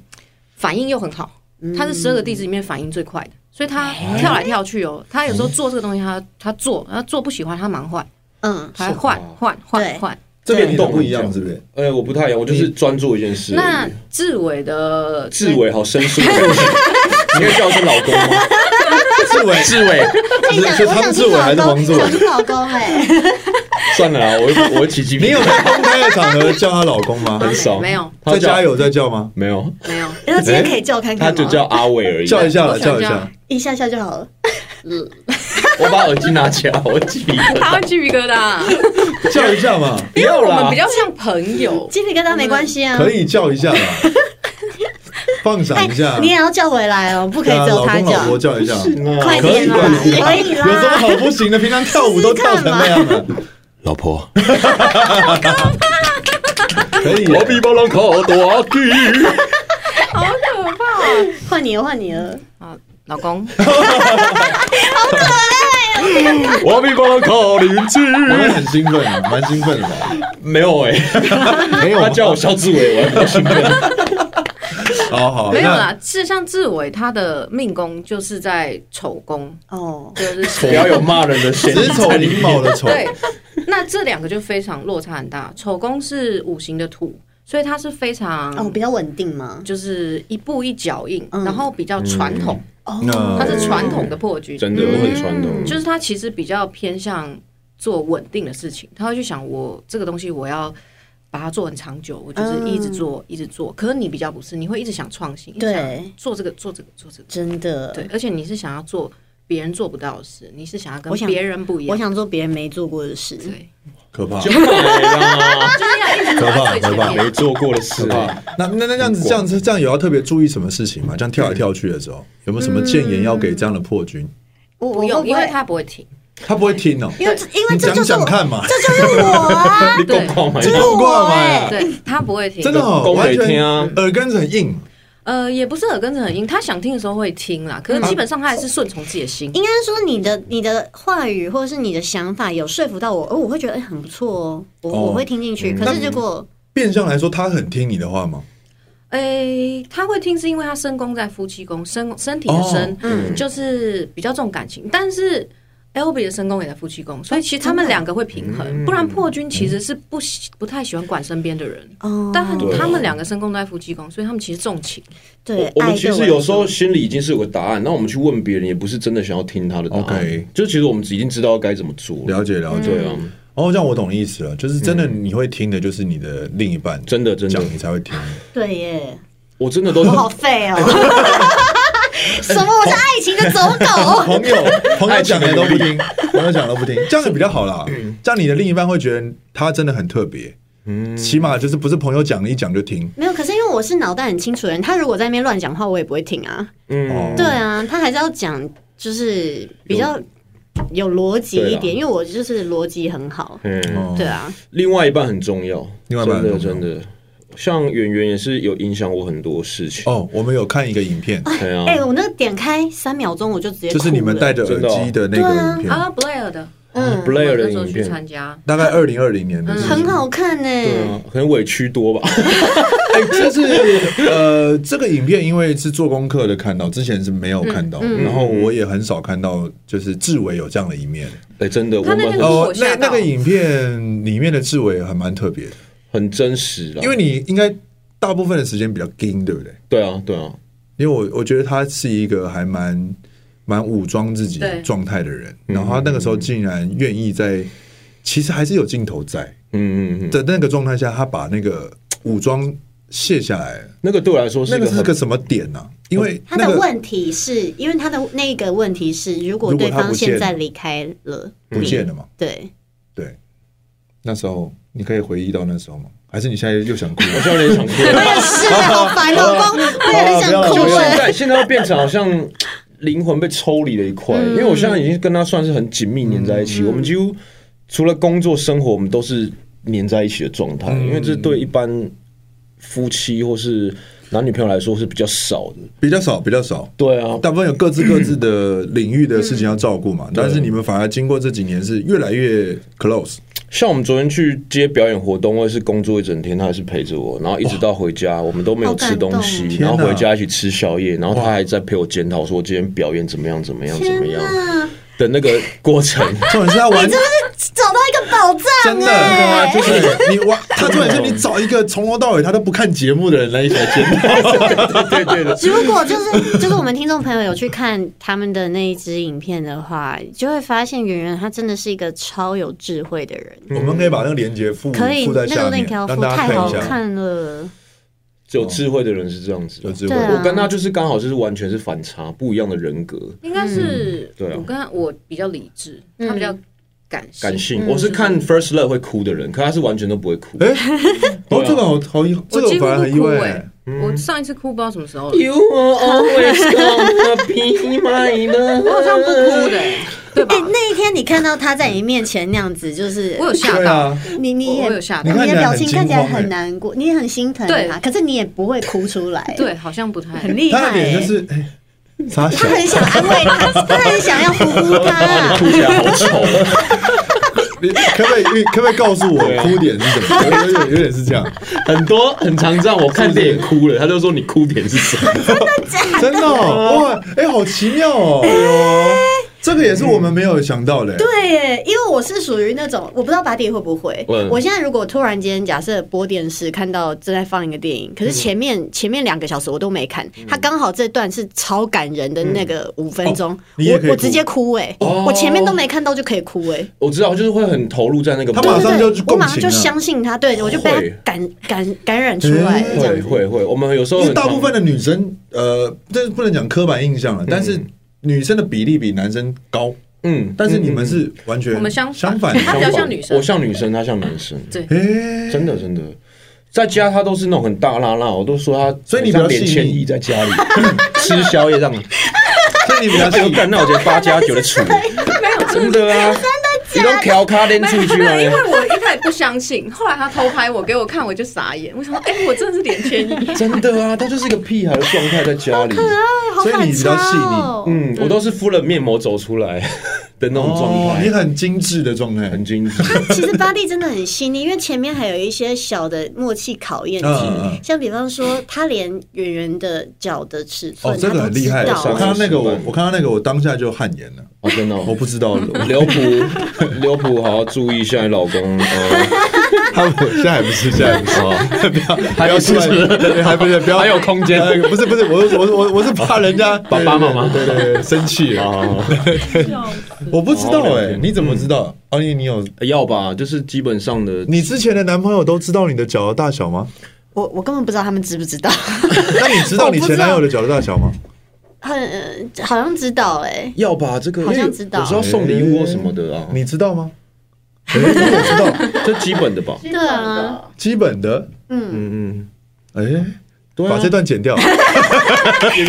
Speaker 4: 反应又很好，他是十二个弟子里面反应最快的，所以他跳来跳去哦，他有时候做这个东西他他做，他做不喜欢他蛮坏，
Speaker 2: 嗯，
Speaker 4: 他换换
Speaker 2: 对
Speaker 4: 换换。
Speaker 3: 这跟你的不一样，是不是？
Speaker 1: 哎，我不太一样，我就是专注一件事而已。
Speaker 4: 那志伟的
Speaker 1: 志伟好生疏， 你可以叫我声老公 吗？
Speaker 3: 志伟，
Speaker 1: 志伟，
Speaker 3: 是是汤
Speaker 2: 想我想
Speaker 3: 志
Speaker 2: 听
Speaker 3: 伟还是
Speaker 2: 老
Speaker 3: 黄
Speaker 2: 公，
Speaker 3: 志伟
Speaker 2: 想？听老公 哎，
Speaker 1: 算了啊啦，我会我会起鸡皮
Speaker 3: 你有在公开的场合叫她老公吗？
Speaker 1: 很少，
Speaker 4: 没有
Speaker 1: 他
Speaker 3: 在
Speaker 1: 叫
Speaker 3: 家有在叫吗？
Speaker 1: 没有？
Speaker 4: 没有，
Speaker 2: 那今天可以叫我看
Speaker 1: 他
Speaker 2: 看吗？哦
Speaker 1: 就叫阿伟而已。
Speaker 3: 叫一下了，
Speaker 4: 我想
Speaker 3: 叫一
Speaker 4: 叫
Speaker 3: 下。
Speaker 2: 一下下就好了，
Speaker 1: 我把耳机拿起来，我鸡皮疙瘩
Speaker 4: 他会鸡皮疙瘩，
Speaker 3: 叫一下嘛，
Speaker 1: 不要
Speaker 4: 我们
Speaker 1: 啦
Speaker 4: 比，较像朋友。
Speaker 2: 鸡皮疙瘩没关系啊，
Speaker 3: 可以叫一下嘛，放闪一下。
Speaker 2: 你也哎要叫回来哦，不可以
Speaker 3: 对啊
Speaker 2: 只有他
Speaker 3: 老公老婆
Speaker 2: 叫，
Speaker 3: 叫一下，
Speaker 2: 快
Speaker 3: 可以
Speaker 2: 点啦，可以
Speaker 3: 有什么
Speaker 2: 啦，
Speaker 3: 好不行的？平常跳舞都跳成那样的，
Speaker 1: 老婆，
Speaker 3: 可以。啊
Speaker 1: 我比巴朗卡多低。
Speaker 2: 换你了，换你了，
Speaker 4: 啊，老公，
Speaker 1: 我比巴朗卡邻居。
Speaker 3: 我会很兴奋，蛮兴奋的吧？
Speaker 1: 没有哎，
Speaker 3: 没有
Speaker 1: 他叫我肖志伟，我还不行。
Speaker 3: 好好，
Speaker 4: 没有
Speaker 3: 那
Speaker 4: 啦。事实上，志伟他的命宫就是在丑宫，
Speaker 2: 哦，
Speaker 4: 就是
Speaker 1: 不要有骂人的 嫌
Speaker 3: 子
Speaker 1: 疑
Speaker 3: 丑
Speaker 1: 在里
Speaker 3: 寅卯
Speaker 1: 面。
Speaker 3: 的丑，
Speaker 4: 对。那这两个就非常落差很大。丑宫是五行的土，所以它是非
Speaker 2: 哦，
Speaker 4: 常
Speaker 2: 比较稳定嘛，
Speaker 4: 就是一步一脚印，
Speaker 2: 嗯
Speaker 4: 然后比较传统，
Speaker 2: 哦
Speaker 3: 那
Speaker 4: 它是传统的破军，
Speaker 1: 嗯真的，我很传统。
Speaker 4: 就是他其实比较偏向做稳定的事情，他会去想我这个东西我要。把它做很长久，我就是一直做、一直做。可是你比较不是，你会一直想创新，一直
Speaker 2: 嗯对
Speaker 4: 想做这个做这个做这个，
Speaker 2: 真的，
Speaker 4: 对，而且你是想要做别人做不到的事，你是想要跟
Speaker 2: 我想
Speaker 4: 别人不一样，
Speaker 2: 我想做别人没做过的事。
Speaker 4: 对，
Speaker 3: 可 怕，
Speaker 1: 就没了，
Speaker 4: 就是要一直
Speaker 3: 可
Speaker 4: 走
Speaker 3: 怕
Speaker 4: 到最前
Speaker 3: 可怕
Speaker 4: 面。
Speaker 1: 没做过的事
Speaker 3: 可。怕。那那那这样子，这样子，这样有要特别注意什么事情吗？这样跳来跳去的时候，有没有什么建言要给这样的破军？
Speaker 2: 我
Speaker 4: 不
Speaker 2: 我
Speaker 4: 用，
Speaker 2: 会
Speaker 4: 因为
Speaker 2: 会
Speaker 4: 他不会停。
Speaker 3: 他不会听哦，
Speaker 2: 因为这因为
Speaker 3: 你
Speaker 2: 这
Speaker 3: 讲
Speaker 2: 就是
Speaker 3: 讲
Speaker 2: 我，
Speaker 3: 看嘛。
Speaker 2: 这就是我 啊，
Speaker 1: 你够狂吗？
Speaker 2: 这就是
Speaker 3: 够
Speaker 2: 我
Speaker 3: 惯
Speaker 2: 哎、
Speaker 3: 嘛
Speaker 4: 对他不会停，
Speaker 3: 真的哦，
Speaker 1: 公
Speaker 3: 完
Speaker 1: 北
Speaker 3: 全
Speaker 1: 听啊
Speaker 3: 耳根子很硬，
Speaker 4: 呃，也不是耳根子很硬，他想听的时候会听啦，可是基本上他还是顺从自己的心。
Speaker 2: 应该说你的你的话语或者是你的想法有说服到我，哦，我会觉得哎、很不错哦，我、
Speaker 3: 哦
Speaker 2: 我会听进
Speaker 1: 嗯
Speaker 2: 去。可是结果
Speaker 3: 变相来说，他很听你的话吗？
Speaker 4: 诶、他会听是因为他身宫在夫妻宫，身身体的身、
Speaker 3: 哦
Speaker 2: 嗯
Speaker 4: 就是比较重感情，但是 L B 的身宫也在夫妻宫，所以其实他们两个会平衡，不然破军其实是不喜不太喜欢管身边的人。
Speaker 2: 哦，
Speaker 4: 但他
Speaker 1: 对
Speaker 4: 他们两个身宫都在夫妻宫，所以他们其实重情。
Speaker 2: 对
Speaker 1: 我我
Speaker 2: 爱
Speaker 1: 们
Speaker 2: 对
Speaker 1: 其
Speaker 2: 我
Speaker 1: 实
Speaker 2: 来
Speaker 1: 有时候
Speaker 2: 说
Speaker 1: 心里已经是有个答案，那我们去问别人，也不是真的想要听他的答案。
Speaker 3: OK
Speaker 1: 就是其实我们已经知道该怎么做了。
Speaker 3: 了解了解。
Speaker 1: 对啊，
Speaker 3: 哦，这样我懂意思了，就是真的你会听的，就是你的另一半
Speaker 1: 真的真的
Speaker 3: 讲，你才会听。
Speaker 2: 对耶，
Speaker 1: 我真的都
Speaker 2: 我好 废哦。什么？我是爱情的走狗？
Speaker 3: 朋友朋友讲的都不听，朋友讲的都不听，这样子比较好啦。这样你的另一半会觉得他真的很特别，起码就是不是朋友讲一讲就听。
Speaker 2: 没有，可是因为我是脑袋很清楚的人，他如果在那边乱讲话，我也不会听啊。
Speaker 1: 嗯，
Speaker 3: 哦
Speaker 2: 对啊，他还是要讲，就是比较有逻辑一
Speaker 1: 对
Speaker 2: 点，
Speaker 1: 啊
Speaker 2: 因为我就是逻辑很好。
Speaker 1: 嗯，
Speaker 3: 哦
Speaker 2: 对啊，
Speaker 1: 另外一半很重要，
Speaker 3: 另外一半
Speaker 1: 真
Speaker 3: 很
Speaker 1: 的
Speaker 3: 重要
Speaker 1: 真的，像演员也是有影响我很多事情。
Speaker 3: 哦，我们有看一个影片，
Speaker 1: 对啊，
Speaker 2: 哎、我那个点开三秒钟，我就直接
Speaker 3: 就是你们
Speaker 2: 哭了
Speaker 3: 戴着耳机的那个影片，
Speaker 4: 啊，布莱尔的，
Speaker 2: 嗯
Speaker 1: 布莱尔
Speaker 4: 那
Speaker 1: 的
Speaker 4: 时候
Speaker 1: 影
Speaker 4: 去
Speaker 1: 片，
Speaker 4: 参加，
Speaker 3: 大概二零二零年的事情。
Speaker 2: 很好看呢、
Speaker 1: 对
Speaker 3: 嗯
Speaker 1: 啊，很委屈多吧？
Speaker 3: 哎，这是呃，这个影片因为是做功课的看到，之前是没有看到，然后我也很少看到，就是志伟有这样的一面。
Speaker 1: 哎，真的，我
Speaker 4: 他那个
Speaker 1: 们
Speaker 4: 如果
Speaker 3: 哦，那
Speaker 4: 吓到
Speaker 3: 那个影片里面的志伟还蛮特别的，
Speaker 1: 很真实啦。
Speaker 3: 因为你应该大部分的时间比较硬，对不对？
Speaker 1: 对啊，对啊，
Speaker 3: 因为我我觉得他是一个还蛮蛮武装自己
Speaker 4: 对
Speaker 3: 状态的人，然后他那个时候竟然愿意在，其实还是有镜头在
Speaker 1: 嗯嗯嗯，
Speaker 3: 的那个状态下，他把那个武装卸下来了，
Speaker 1: 那个对我来说是
Speaker 3: 那
Speaker 1: 一
Speaker 3: 个
Speaker 1: 个
Speaker 3: 是
Speaker 1: 很
Speaker 3: 个什么点呢、因为
Speaker 2: 他
Speaker 3: 那
Speaker 2: 的
Speaker 3: 个
Speaker 2: 问题是因为他的那个问题是，如果
Speaker 3: 如果
Speaker 2: 对
Speaker 3: 他
Speaker 2: 方
Speaker 3: 不见
Speaker 2: 现在离开了，
Speaker 3: 不见了嘛，
Speaker 2: 对，
Speaker 3: 对，那时候你可以回忆到那时候吗？还是你现在又 想哭了？
Speaker 1: 我现在有点想哭。
Speaker 2: 我也是，好烦 哦，光我也很想
Speaker 1: 就
Speaker 2: 哭
Speaker 1: 现
Speaker 2: 哎。
Speaker 1: 在，现在要变成好像灵魂被抽离了一块，因为我现在已经跟他算是很紧密粘在一起，我们几乎除了工作生活，我们都是粘在一起的状态，因为这对一般夫妻或是男女朋友来说是比较少的。
Speaker 3: 比较少，比较少。
Speaker 1: 对啊，
Speaker 3: 大部分有各自各自的领域的事情要照顾
Speaker 2: 嗯
Speaker 3: 嘛，但是你们反而经过这几年是越来越 close，
Speaker 1: 像我们昨天去接表演活动，或者是工作一整天，他还是陪着我，然后一直到回家，我们都没有吃东
Speaker 2: 好
Speaker 1: 西，
Speaker 3: 动
Speaker 1: 然后
Speaker 3: 天哪
Speaker 1: 回家一起吃宵夜，然后他还在陪我检讨说今天表演怎么样，怎么样，怎么样
Speaker 2: 哪，
Speaker 1: 的那个过程。
Speaker 3: 重点是他玩
Speaker 2: 你真的啊是找到一个宝藏
Speaker 3: 真的
Speaker 2: 哎、
Speaker 3: 就是 你哇，他重点是你找一个从头到尾他都不看节目的人来一起来监 督。
Speaker 1: 对对的，
Speaker 2: 如果就是就是我们听众朋友有去看他们的那一支影片的话，就会发现圆圆她真的是一个超有智慧的人。
Speaker 3: 我们可以把那个链接附
Speaker 2: 嗯可以，
Speaker 3: 嗯附
Speaker 2: 那
Speaker 3: 在下
Speaker 2: 个
Speaker 3: 面，
Speaker 2: link 要
Speaker 3: 让
Speaker 2: 附
Speaker 3: 大家
Speaker 2: 太
Speaker 3: 看
Speaker 2: 好
Speaker 3: 一下。
Speaker 2: 看了。
Speaker 1: 有智慧的人是这样子的
Speaker 3: 有。智慧
Speaker 2: 对，啊
Speaker 1: 我跟他就是刚好就是完全是反差，不一样的人格，
Speaker 4: 应该
Speaker 3: 嗯
Speaker 4: 是
Speaker 1: 对啊
Speaker 4: 我跟他我比较理智，他比较感性
Speaker 1: 感。性。
Speaker 4: 嗯
Speaker 1: 我是看 First Love 会哭的人，可他是完全都不会 哭。
Speaker 3: 哎，哦，
Speaker 1: 对啊
Speaker 3: 这个好好意，这
Speaker 4: 我
Speaker 3: 个我
Speaker 4: 几乎
Speaker 3: 反而很意
Speaker 4: 不哭
Speaker 3: 外
Speaker 4: 哎、。
Speaker 1: 嗯
Speaker 4: 我上一次哭不知道什么时候了。
Speaker 1: You are always gonna be my
Speaker 4: 我好像不
Speaker 1: love。
Speaker 4: 哭的、欸 对吧
Speaker 2: 哎、？那一天你看到他在你面前那样子，就是
Speaker 4: 我有吓
Speaker 3: 对
Speaker 4: 到，
Speaker 3: 啊，
Speaker 2: 你你
Speaker 4: 我
Speaker 2: 也
Speaker 4: 我有吓到
Speaker 2: 你
Speaker 3: 你看
Speaker 2: 的
Speaker 3: 起来
Speaker 2: 表
Speaker 3: 很
Speaker 2: 情
Speaker 3: 惊
Speaker 2: 看起来
Speaker 3: 慌欸
Speaker 2: 很难过，你也很心疼
Speaker 4: 对
Speaker 2: 他，可是你也不会哭出来，，
Speaker 4: 对，好像不太。
Speaker 2: 很厉害、
Speaker 3: 他的脸就是哎，傻小
Speaker 2: 他，很想安慰他，他很想要呼呼 他。
Speaker 1: 哭起来好丑，哦
Speaker 3: 你可不可以可不可以告诉我
Speaker 1: 对啊
Speaker 3: 哭点是什 么？有有有有点是这样，
Speaker 1: 很多很常这样，我看电影哭了，他就说你哭点是什么？ 啊
Speaker 4: 啊
Speaker 3: 真的哦哇，哎，好奇妙哦。这个也是我们没有想到的、欸。
Speaker 2: 对耶，因为我是属于那种我不知道把弟会不会。
Speaker 1: 嗯
Speaker 2: 我现在如果突然间假设播电视看到正在放一个电影，可是前面、
Speaker 3: 嗯
Speaker 2: 前面两个小时我都没看，它刚好这段是超感人的那个五分钟，
Speaker 3: 嗯哦你也可以
Speaker 2: 我我
Speaker 3: 哭
Speaker 2: 直接哭哎、
Speaker 1: 哦
Speaker 2: 我前面都没看到就可以哭哎、
Speaker 1: 我知道，就是会很投入在那个，
Speaker 3: 他
Speaker 2: 对
Speaker 3: 马上
Speaker 2: 对
Speaker 3: 就
Speaker 2: 对，
Speaker 3: 共
Speaker 2: 我马上
Speaker 3: 情
Speaker 2: 就
Speaker 3: 了哦
Speaker 2: 相信他，对我就被他
Speaker 1: 会
Speaker 2: 感感感染出来，
Speaker 3: 嗯
Speaker 2: 这样
Speaker 1: 会
Speaker 2: 子。
Speaker 1: 会会，我们有时候
Speaker 3: 因为
Speaker 1: 很
Speaker 3: 大
Speaker 1: 常
Speaker 3: 部分的女生，呃，这不能讲刻板印象了，但是女生的比例比男生高，
Speaker 1: 嗯，
Speaker 3: 但是你们
Speaker 1: 嗯
Speaker 3: 是完全
Speaker 4: 我们相
Speaker 3: 相
Speaker 4: 反
Speaker 3: 反的，
Speaker 4: 他比较像女生
Speaker 1: 我像女生，他像男生，
Speaker 3: 哎，
Speaker 1: 真的真的。在家他都是那种很大辣辣，我都说他，
Speaker 3: 所以你比较
Speaker 1: 像脸
Speaker 3: 细腻
Speaker 1: 千亿在 家里吃宵夜这样，
Speaker 3: 所以你比较
Speaker 1: 他就
Speaker 3: 像
Speaker 1: 干那我觉得八加九的 处，真的啊，你都调卡连出去
Speaker 4: 因
Speaker 1: 了，
Speaker 4: 为我一开始不相信，后来他偷拍我给我看，我就傻眼。我想说，哎、我真的是脸千 亿。
Speaker 1: 真的啊，他就是一个屁孩的状态在家里，
Speaker 2: 哎好
Speaker 3: 所以你比较细腻
Speaker 2: 反差哦
Speaker 1: 嗯，我都是敷了面膜走出来 的那种状
Speaker 3: 哦，你
Speaker 1: 态，
Speaker 3: 很精致的状态，
Speaker 1: 很精致，
Speaker 2: 其实巴蒂真的很细腻，因为前面还有一些小的默契考验题，
Speaker 3: 嗯嗯嗯
Speaker 2: 像比方说他连圆圆的脚的尺寸、
Speaker 3: 哦，这个
Speaker 2: 他
Speaker 3: 很
Speaker 2: 都知
Speaker 3: 厉害。
Speaker 2: 道欸
Speaker 3: 我看
Speaker 1: 上
Speaker 3: 到那个，我
Speaker 1: 嗯
Speaker 3: 我看到那个，我当下就汗颜了，
Speaker 1: 哦，真的哦
Speaker 3: 我。不 知道，
Speaker 1: 刘普，刘普，好好注意一下你老公。呃
Speaker 3: 他们现在还不是，现在还不是，
Speaker 1: 哦
Speaker 3: 不要，还要出来，对还不是，不要，
Speaker 1: 还有空间
Speaker 3: 呃不是不是，我是我是我我是怕人家
Speaker 1: 爸爸妈妈
Speaker 3: 对对对对，生气了。
Speaker 1: 啊，
Speaker 3: 我不知道
Speaker 1: 哦嗯了
Speaker 3: 哎
Speaker 1: 解，
Speaker 3: 你怎么知道？哦，你你有
Speaker 1: 要吧，就是基本上的
Speaker 3: 你之前的男朋友都知道你的脚的大 小吗？
Speaker 2: 我我根本不知道他们知不知道，
Speaker 3: 那你知道你前男友的脚的大小吗？
Speaker 2: 很呃好像知道哎、
Speaker 1: 要吧，这个
Speaker 2: 好像
Speaker 1: 因为
Speaker 2: 知道
Speaker 1: 有时候送礼物或什么的啊，
Speaker 3: 你知道吗？哎我知 道，
Speaker 1: 这基本的吧。
Speaker 2: 对啊，
Speaker 3: 基本的，
Speaker 2: 嗯，
Speaker 1: 嗯
Speaker 3: 哎，
Speaker 1: 对啊
Speaker 3: 把这段剪 掉。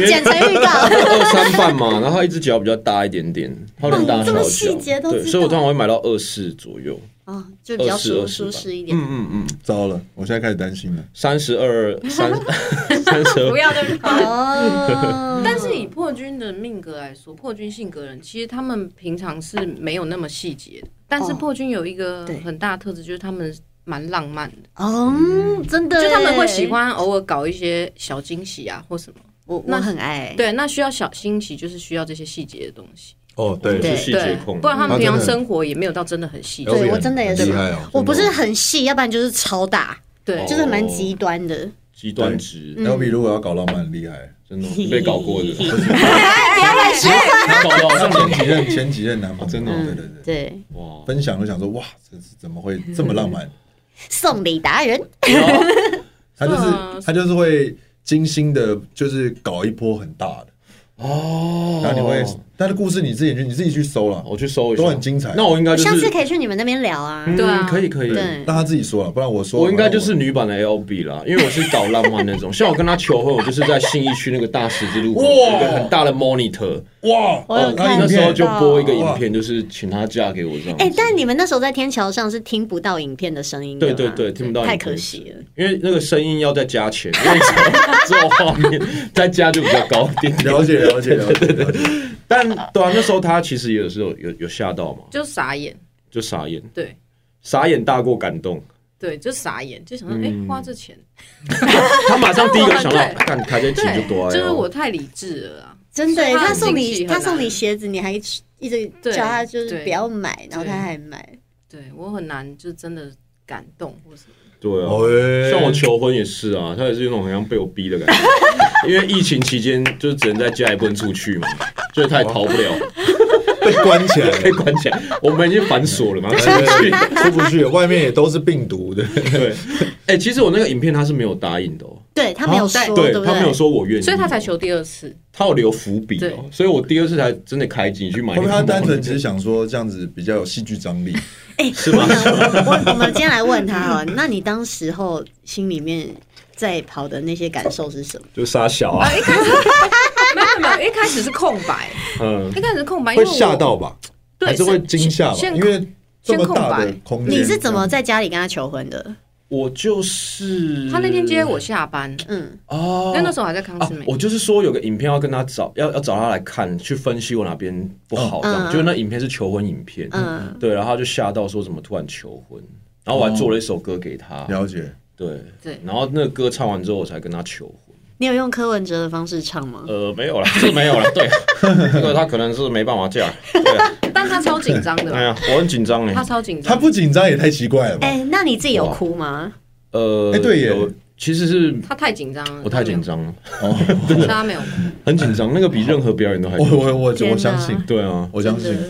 Speaker 2: 剪成预告。
Speaker 1: 嗯，二三半嘛， 然后一只脚比较大一点点，它有点大
Speaker 2: 哦你这
Speaker 1: 小
Speaker 2: 么
Speaker 1: 脚，
Speaker 2: 细节都
Speaker 1: 对，
Speaker 2: 知道
Speaker 1: 所以我通常会买到二四左右。
Speaker 2: 哦，就比较舒
Speaker 1: 20
Speaker 2: 舒适一点。
Speaker 1: 嗯嗯嗯，
Speaker 3: 糟了，我现在开始担心了。
Speaker 1: 三十二 三三十
Speaker 4: 不
Speaker 1: 二，
Speaker 4: 要对吧？
Speaker 2: 哦，
Speaker 4: 但是以破军的命格来说，破军性格人其实他们平常是没有那么细节的，但是
Speaker 2: 哦
Speaker 4: 破军有一个
Speaker 2: 对
Speaker 4: 很大的特质，就是他们蛮浪漫的，
Speaker 2: 哦，真的耶，欸
Speaker 4: 就他们会喜欢偶尔搞一些小惊喜啊或什么。
Speaker 2: 我，我
Speaker 4: 那
Speaker 2: 很爱。欸
Speaker 4: 对，那需要小惊喜，就是需要这些细节的东西，
Speaker 3: 哦，
Speaker 1: 我
Speaker 3: 对
Speaker 1: 是
Speaker 2: 对
Speaker 1: 细节
Speaker 4: 对，
Speaker 1: 控，
Speaker 4: 不然他
Speaker 3: 啊
Speaker 4: 们平常
Speaker 3: 真的
Speaker 4: 生活也没有到真的很细
Speaker 3: 了解
Speaker 4: 致。
Speaker 2: 对我真的也是
Speaker 3: 很厉害哦
Speaker 2: 我不是很细，要不然就是超大，
Speaker 4: 对，
Speaker 1: 哦
Speaker 2: 就是蛮极端的。
Speaker 1: 极端值，
Speaker 2: 嗯
Speaker 3: L B 如果要搞浪漫，很厉害。
Speaker 1: 真的哦你被搞过的，
Speaker 2: 哎
Speaker 1: 搞到
Speaker 3: 上前几任前几任男朋友，
Speaker 1: 真的哦
Speaker 3: 对
Speaker 2: 嗯
Speaker 3: 对对，
Speaker 2: 对，
Speaker 1: 哇，
Speaker 3: 分享都想说哇，这是怎么会这么浪 漫？
Speaker 2: 送礼达人。
Speaker 3: 他就是
Speaker 4: 啊
Speaker 3: 是他就是会精心的，就是搞一波很大的，
Speaker 1: 哦，
Speaker 3: 然后你会，他的故事你自己去你自己去搜了，
Speaker 1: 我去搜一下，
Speaker 3: 都很精彩
Speaker 1: 那我应该就是
Speaker 2: 下次可以去你们那边聊啊。
Speaker 1: 嗯
Speaker 4: 对啊
Speaker 1: 可以可以。
Speaker 2: 对
Speaker 3: 让他自己说了，不然我说
Speaker 1: 啊我应该就是女版的 L B 啦，因为我是搞浪漫那 种。像我跟她求婚，我就是在信义区那个大十字路口
Speaker 3: 哇
Speaker 1: 有一个很大的 monitor，
Speaker 3: 哇，
Speaker 2: 我有
Speaker 3: 哦
Speaker 2: 看
Speaker 1: 那
Speaker 2: 到
Speaker 1: 时候就播一个
Speaker 3: 哇
Speaker 1: 影片，就是请她嫁给我这样子。
Speaker 2: 哎、但你们那时候在天桥上是听不到影片的声音的
Speaker 1: 对
Speaker 2: 吗，
Speaker 1: 对对，听不到，
Speaker 2: 太可惜了。，
Speaker 1: 因为那个声音要再加钱，因为只有只有画面，再加就比较高一点点。
Speaker 3: 了解了解了解了解，
Speaker 1: 但对啊，那时候她其实也是有有有吓到嘛，
Speaker 4: 就傻眼，
Speaker 1: 就傻眼，
Speaker 4: 对
Speaker 1: 傻眼大过感动。
Speaker 4: 对，就傻眼，就想说，哎，花这钱，
Speaker 1: 她马上第一个 想到，
Speaker 4: 对
Speaker 1: 看凯这钱就
Speaker 4: 对
Speaker 1: 多啊了。，
Speaker 4: 就是我太理智了啊。
Speaker 2: 真的耶，
Speaker 4: 所以他
Speaker 2: 他
Speaker 4: 很
Speaker 2: 送
Speaker 4: 精
Speaker 2: 你
Speaker 4: 细很
Speaker 2: 他
Speaker 4: 难
Speaker 2: 送你鞋子，你还一直一直
Speaker 4: 对
Speaker 2: 叫他就是
Speaker 4: 对
Speaker 2: 不要买，然后
Speaker 4: 对
Speaker 2: 他还买。
Speaker 4: 对我很难，就真的感动或什么。
Speaker 1: 对啊，
Speaker 3: 哦
Speaker 1: 像我求婚也是啊，他也是有种好像被我逼的感 觉，因为疫情期间就是只能在家，也不能出去嘛，所以他也逃不
Speaker 2: 哦
Speaker 1: 了，
Speaker 3: 被关起 来
Speaker 1: 被
Speaker 3: 了，
Speaker 1: 关起来。我们已经反锁了嘛，出去。
Speaker 3: 出不去，外面也都是病毒的，
Speaker 1: 对，哎、其实我那个影片他是没有答应的哦，
Speaker 2: 对他没有说，
Speaker 1: 对
Speaker 2: 不对？
Speaker 1: 他没有说我愿意，
Speaker 4: 啊所以他才，求第二次。
Speaker 1: 他有留伏笔
Speaker 4: 对
Speaker 1: 哦，所以我第二次才真的开机 去买
Speaker 3: 会
Speaker 1: 那
Speaker 3: 不
Speaker 1: 个
Speaker 3: 会
Speaker 1: 猫。
Speaker 3: 他单纯只是想说这样子比较有戏剧张力？
Speaker 2: 哎，
Speaker 1: 是吧
Speaker 2: 我 们我我我们今天来问他哦，那你当时候心里面在跑的那些感受是什么？
Speaker 1: 就傻小啊，
Speaker 4: 没有没有，一开始是空白，
Speaker 1: 嗯，
Speaker 4: 一开始是空白，因
Speaker 3: 会
Speaker 4: 为我
Speaker 3: 吓，到吧？
Speaker 4: 哎对，
Speaker 3: 还是会惊吓吧？
Speaker 4: 先
Speaker 3: 因为这么大的空
Speaker 1: 嗯
Speaker 3: 间，嗯
Speaker 2: 你是怎么在家里跟他求婚的？
Speaker 1: 我就是
Speaker 4: 他那天接我下班，
Speaker 2: 嗯，
Speaker 1: 哦
Speaker 4: 因为那时候我还在康
Speaker 1: 啊
Speaker 4: 斯美，，
Speaker 1: 我就是说有个影片要跟他找，要要找他来看，去分析我哪边不好，这样。
Speaker 2: 嗯
Speaker 1: 就那影片是求婚影片，
Speaker 2: 嗯
Speaker 1: 对，然后他就吓到说怎么突然求婚，
Speaker 3: 嗯
Speaker 1: 然后我还做了一首歌给他，
Speaker 3: 了解？
Speaker 1: 对
Speaker 4: 对
Speaker 1: 然后那个歌唱完之后我才跟他求婚，
Speaker 2: 你有用柯文哲的方式唱吗？
Speaker 1: 呃，没有了， 是没有了。对，这个他可能是没办法嫁。对啊，
Speaker 4: 但他超紧张的
Speaker 1: 哎
Speaker 4: 吧，
Speaker 1: 呀，我很紧张
Speaker 4: 他
Speaker 1: 哎。
Speaker 4: 超紧
Speaker 3: 他
Speaker 4: 张，
Speaker 3: 不紧张也太奇怪了吧？
Speaker 2: 哎、那你自己有哭吗？
Speaker 1: 呃，
Speaker 3: 哎对耶
Speaker 1: 有，其实是
Speaker 4: 他太紧张了，
Speaker 1: 我太紧张了，
Speaker 4: 张，他没有，
Speaker 1: 很紧张，那个比任何表演都还
Speaker 3: 我
Speaker 1: 紧张。
Speaker 3: 我我
Speaker 2: 天哪
Speaker 3: 我相信，
Speaker 1: 对啊，
Speaker 3: 我相信
Speaker 2: 真的，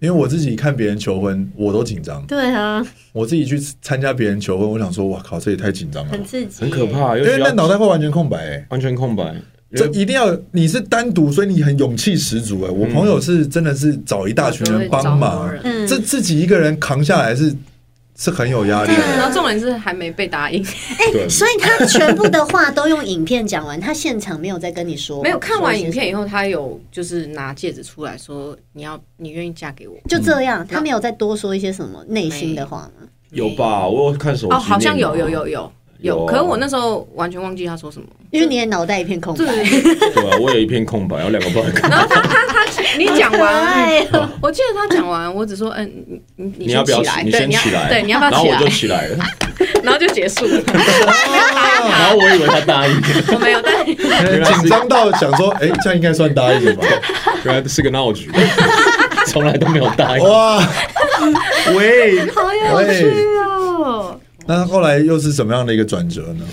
Speaker 3: 因为我自己看别人求婚，我都紧张。
Speaker 2: 对啊，
Speaker 3: 我自己去参加别人求婚，我想说，哇靠，这也太紧张了
Speaker 2: 很，刺激，
Speaker 1: 很可。怕，尤
Speaker 3: 因
Speaker 1: 其
Speaker 3: 为哎那
Speaker 1: 要
Speaker 3: 脑袋会完全空白、哎，
Speaker 1: 完全空白。
Speaker 3: 这一定要你是单独，所以你很勇气十足、
Speaker 2: 嗯
Speaker 3: 哎，我朋友是真的是找一大群人帮
Speaker 4: 我
Speaker 3: 忙
Speaker 4: 觉得会找很，多
Speaker 2: 人嗯
Speaker 3: 这自己一个人扛下来是是很有压力
Speaker 2: 对
Speaker 3: 的。
Speaker 4: 然后重点是还没被答 应，
Speaker 1: 对，
Speaker 2: 所以他全部的话都用影片讲完，他现场没有再跟你说，
Speaker 4: 没有看完影
Speaker 2: 说一些什
Speaker 4: 片以后，他有就是拿戒指出来说你要你愿意嫁给我
Speaker 2: 么，就这样，他没有再多说一些什么内心的话吗？
Speaker 1: 有吧？我有看手机
Speaker 4: 哦，好像
Speaker 1: 念
Speaker 4: 有
Speaker 1: 嘛
Speaker 4: 有有有
Speaker 1: 有
Speaker 4: 有，
Speaker 1: 啊
Speaker 4: 可是我那时候完全忘记他说什么，
Speaker 2: 因为你的脑袋一片空白，
Speaker 4: 对，
Speaker 1: 对啊，我有一片空白，然后两个半个。
Speaker 4: 然后他他他你讲 完，
Speaker 2: 哎，
Speaker 4: 我记得他讲完，我只说嗯你你你
Speaker 1: 你要
Speaker 4: 先
Speaker 1: 不要
Speaker 4: 起来，
Speaker 1: 你
Speaker 4: 对
Speaker 1: 先
Speaker 4: 你要
Speaker 1: 起来
Speaker 4: 对你要不
Speaker 1: 然
Speaker 4: 要
Speaker 1: 后
Speaker 4: 起
Speaker 1: 我就
Speaker 4: 来，
Speaker 1: 起来了，
Speaker 4: 然后就结束了，
Speaker 1: 然后我以为他答应，
Speaker 4: 我没有，但
Speaker 3: 紧张到想说，哎、这样应该算答应了吧？
Speaker 1: 原来是个闹剧， 从来都没有答应。
Speaker 3: 哇， 喂，
Speaker 4: 好有趣哦，
Speaker 3: 那后来又是什么样的一个转折呢？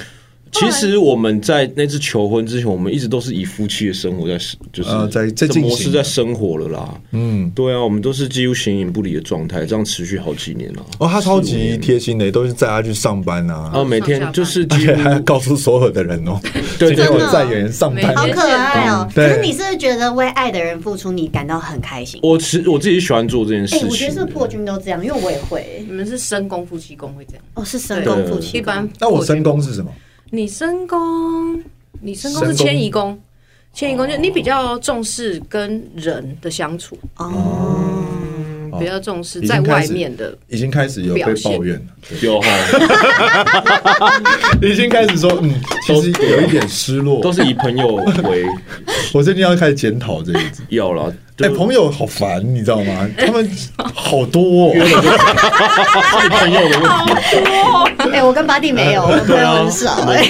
Speaker 1: 其实我们在那次求婚之前，我们一直都是以夫妻的生活在，就是、
Speaker 3: 呃在在
Speaker 1: 这
Speaker 3: 进行
Speaker 1: 模式在生活了啦。
Speaker 3: 嗯，
Speaker 1: 对啊，我们都是几乎形影不离的状态，这样持续好几年了。
Speaker 3: 哦，他超级贴心的，都是载他去上班啊，
Speaker 1: 啊，每天就是
Speaker 3: 而
Speaker 1: 几
Speaker 3: 且还要
Speaker 1: 乎
Speaker 3: 告诉所有的人哦，
Speaker 1: 对
Speaker 3: 今天
Speaker 1: 对
Speaker 3: 我
Speaker 2: 真的
Speaker 3: 载有人上班
Speaker 4: 没
Speaker 2: 好可爱哦、
Speaker 3: 嗯
Speaker 2: 可
Speaker 3: 对
Speaker 2: 是你是不是觉得为爱的人付出，你感到很开心？
Speaker 1: 我其实我自己喜欢做这件
Speaker 2: 哎、
Speaker 1: 事情。
Speaker 2: 我觉得是不是破军都这样，因为我也会
Speaker 4: 你们是深宫夫妻宫会这样，
Speaker 2: 哦，是神功夫妻
Speaker 4: 一般
Speaker 3: 那我身宫是什么？
Speaker 4: 你身宫，你身宫
Speaker 3: 身
Speaker 4: 是
Speaker 3: 宫哦
Speaker 4: 迁移宫，迁移宫就你比较重视跟人的相处，
Speaker 2: 哦，
Speaker 3: 哦
Speaker 4: 比较重视
Speaker 3: 已
Speaker 4: 在
Speaker 3: 经开
Speaker 4: 外
Speaker 3: 始
Speaker 4: 面的。
Speaker 3: 已经开始有被
Speaker 4: 表现
Speaker 3: 抱怨了，
Speaker 1: 有哈，
Speaker 3: 已经开始说，嗯，其实有一点失落
Speaker 1: 都。是以朋友为
Speaker 3: 我最近要开始检讨这一次。
Speaker 1: 要啊了。
Speaker 3: 哎，
Speaker 1: 就
Speaker 3: 朋友好烦，你知道吗？他们好多哦，
Speaker 1: 是朋友的问题，
Speaker 2: 哎、我跟巴蒂没有，我们朋友很 少、
Speaker 1: 啊
Speaker 2: 哎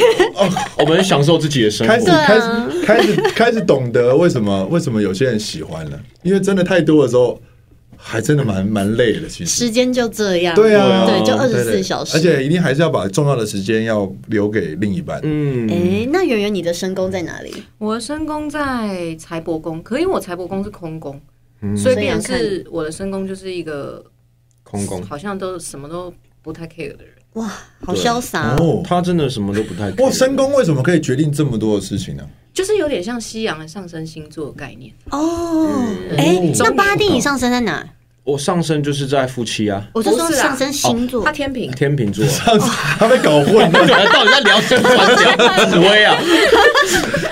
Speaker 1: 我们 享受自己的生
Speaker 3: 啊开始
Speaker 1: 活。
Speaker 3: 开
Speaker 2: 啊
Speaker 3: 始开始开始懂得为什么为什么有些人喜欢了，因为真的太多的时候，还真的蛮蛮累的。其实
Speaker 2: 时间就这样，
Speaker 3: 对啊，
Speaker 2: 啊对，就二
Speaker 3: 对
Speaker 2: 十
Speaker 3: 对
Speaker 2: 四小时，
Speaker 3: 而且一定还是要把重要的时间要留给另一半。
Speaker 1: 嗯，
Speaker 2: 哎、那圆圆你的身宫在哪里？
Speaker 4: 我的身宫在财帛宫，可因为我财帛宫是空宫，
Speaker 3: 嗯
Speaker 4: 所以变成是我的身宫就是一个
Speaker 1: 空宫，
Speaker 4: 好像都什么都不太 care 的人。
Speaker 2: 哇，好潇洒、哦！
Speaker 3: 哦，
Speaker 1: 他真的什么都不太。
Speaker 3: 哇，深。宫为什么可以决定这么多的事情 呢？
Speaker 4: 就是有点像西洋的上升星座的概念，
Speaker 2: 哎、
Speaker 4: 嗯
Speaker 2: 那巴蒂你上升在哪？
Speaker 1: 我上升就是在夫妻啊，
Speaker 2: 我是说
Speaker 4: 不是啊
Speaker 2: 上升星座
Speaker 4: 他，天平，
Speaker 1: 天秤座啊。
Speaker 3: 他被搞混了，
Speaker 1: 到底在聊什么？聊紫薇啊？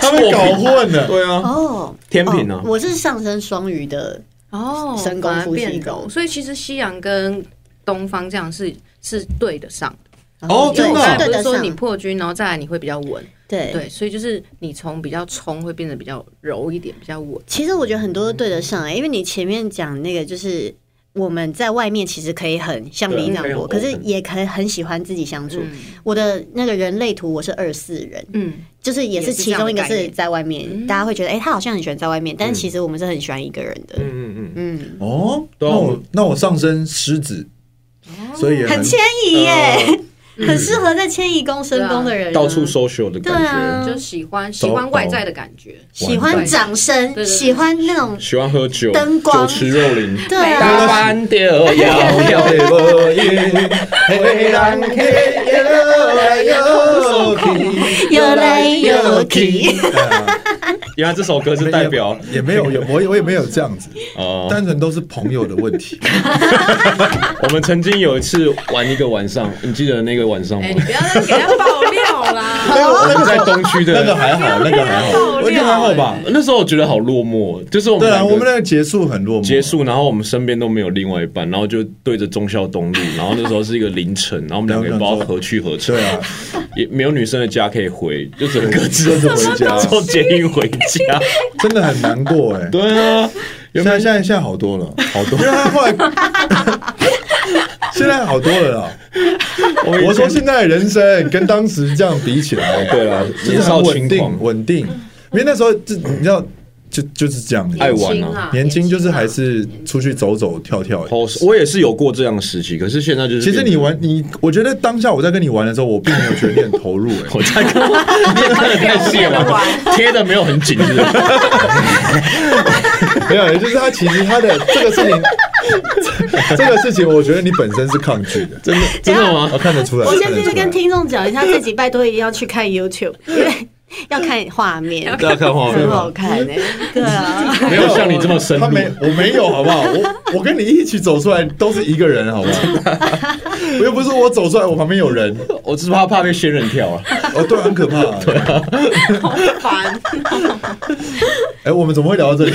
Speaker 3: 他被搞混了。
Speaker 1: 对啊，
Speaker 2: 哦，
Speaker 1: 天平啊
Speaker 2: 哦我是上升双鱼的，
Speaker 4: 哦
Speaker 2: 身宫
Speaker 4: 反而
Speaker 2: 夫妻
Speaker 4: 变
Speaker 2: 宫
Speaker 4: 柔所以其实西洋跟东方这样是是对得上的。
Speaker 3: 哦
Speaker 4: 因
Speaker 3: 真
Speaker 4: 为我
Speaker 3: 的
Speaker 4: 刚
Speaker 3: 啊
Speaker 4: 才
Speaker 2: 对
Speaker 4: 不
Speaker 2: 得
Speaker 4: 是说你
Speaker 2: 上，
Speaker 4: 破军，然后再来你会比较稳，
Speaker 2: 对
Speaker 4: 对，所以就是你从比较冲会变得比较柔一点，比较稳。
Speaker 2: 其实我觉得很多都对得上、欸，因为你前面讲那个就是。我们在外面其实可以很像
Speaker 1: 对
Speaker 2: 李长
Speaker 1: 可以很
Speaker 2: 博，可是
Speaker 1: open
Speaker 2: 也可以很喜欢自己相处。
Speaker 4: 嗯
Speaker 2: 我的那个人类图我是二四人，
Speaker 4: 嗯，
Speaker 2: 就是也是
Speaker 4: 也是
Speaker 2: 其中一个
Speaker 4: 这样
Speaker 2: 是
Speaker 4: 的概念嗯
Speaker 2: 在外面，大家会觉得哎、他好像很喜欢在外面，但是其实我们是很喜欢一个人的。
Speaker 1: 嗯嗯嗯，
Speaker 2: 嗯，
Speaker 3: 哦，那
Speaker 1: 对啊
Speaker 3: 我那我上升狮子，
Speaker 2: 哦
Speaker 3: 所以也
Speaker 2: 很迁
Speaker 1: 嗯
Speaker 2: 移耶、
Speaker 3: 啊
Speaker 2: 很适合在迁移宫、深宫的人啊、
Speaker 1: 呃到处 social 的
Speaker 2: 对
Speaker 1: 感
Speaker 2: 啊
Speaker 4: 就是喜欢喜欢外在的感觉，
Speaker 2: 喜欢掌声，
Speaker 4: 对对对
Speaker 2: 喜欢那种
Speaker 1: 觉，喜欢喝酒，
Speaker 2: 灯光
Speaker 1: 酒池肉林，
Speaker 2: 对
Speaker 4: 没
Speaker 2: 啊
Speaker 4: 有，
Speaker 1: 半吊腰腰
Speaker 3: 对无影，黑人客摇来摇去，
Speaker 2: 游来游去。
Speaker 1: 原来这首歌是代表
Speaker 3: 也没有，也我也我也没有这样子，
Speaker 1: 哦。
Speaker 3: 单纯都是朋友的问题。
Speaker 1: 我们曾经有一次玩一个晚上，你记得那个晚上吗
Speaker 4: 哎、？你不要再给他爆料啦！
Speaker 1: 那个在东区的
Speaker 3: 那个还好，那个还好，
Speaker 4: 爆料
Speaker 3: 我觉得还好吧。
Speaker 1: 那时候我觉得好落寞，就是我们
Speaker 3: 对啊，
Speaker 1: 两
Speaker 3: 我
Speaker 1: 个
Speaker 3: 们那个结束很落寞，
Speaker 1: 结束，然后我们身边都没有另外一半，然后就对着忠孝 东路，然后那时候是一个凌晨，然后我们两个也不知道何去何从，
Speaker 3: 对啊，
Speaker 1: 也没有女生的家可以回，就只能各自
Speaker 3: 各自 回家
Speaker 1: 坐捷运回家。
Speaker 3: 真的很难过哎。
Speaker 1: 对啊，原
Speaker 3: 现在
Speaker 1: 本
Speaker 3: 现在现在好多了，好多。因为他后来，现在好多了啦。我说现在的人生跟当时这样比起来，
Speaker 1: 对啦
Speaker 3: 啊 就是
Speaker 1: 年
Speaker 3: 很
Speaker 1: 少
Speaker 3: 稳
Speaker 1: 轻
Speaker 3: 定
Speaker 1: 狂，
Speaker 3: 稳定。因为那时候就你知道，就就是这样的，
Speaker 1: 爱玩
Speaker 4: 轻
Speaker 1: 啊
Speaker 4: 啊，
Speaker 3: 年轻就是还
Speaker 4: 年
Speaker 3: 是出去走走跳跳。
Speaker 1: 好，我也是有过这样的时期，可是现在就是
Speaker 3: 其实
Speaker 1: 变
Speaker 3: 你玩你，我觉得当下我在跟你玩的时候，我并没有觉得你很投入、哎
Speaker 1: ，我在跟我你也看得太细了 吧，贴的没有很紧，是不是？
Speaker 3: 没有，也就是他其实他的这个事情， 这这个事情，我觉得你本身是抗拒 的，
Speaker 1: 真的真的吗
Speaker 3: 我？看得出来。
Speaker 2: 我先
Speaker 3: 看得
Speaker 2: 必
Speaker 3: 出
Speaker 2: 须
Speaker 3: 来
Speaker 2: 跟听众讲一下，这集拜托一定要去看 YouTube，因为要看画面，
Speaker 1: 大家看画
Speaker 2: 很好看哎、对啊，
Speaker 1: 没有像你这么深入
Speaker 3: 他。没，我没有，好不好？我我跟你一起走出来都是一个人，好不好？我又不是我走出来，我旁边有人，
Speaker 1: 我只是怕怕被仙人跳 啊！
Speaker 3: 哦，对，很可怕、对啊，
Speaker 4: 轻啊烦，
Speaker 3: 哎、我们怎么会聊到这里？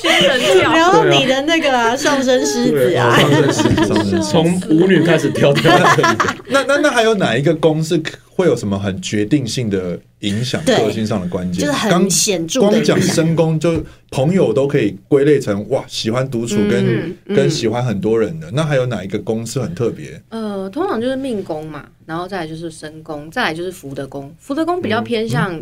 Speaker 4: 仙人跳，
Speaker 2: 然后你的那个、啊、上身狮子啊，
Speaker 3: 上升哦是上 升是
Speaker 1: 从舞女开始跳跳到这里，
Speaker 3: 那那那还有哪一个宫是会有什么很决定性的影响
Speaker 2: 对
Speaker 3: 个性上的关键？
Speaker 2: 就是很
Speaker 3: 刚
Speaker 2: 显著的
Speaker 3: 光
Speaker 2: 影
Speaker 3: 讲
Speaker 2: 响
Speaker 3: 深宫，就朋友都可以归类成哇，喜欢独处
Speaker 2: 嗯
Speaker 3: 跟、跟喜欢很多人的。那还有哪一个宫是很特别？
Speaker 4: 呃，通常就是命宫嘛，然后再来就是身宫，再来就是福德宫。福德宫比较偏向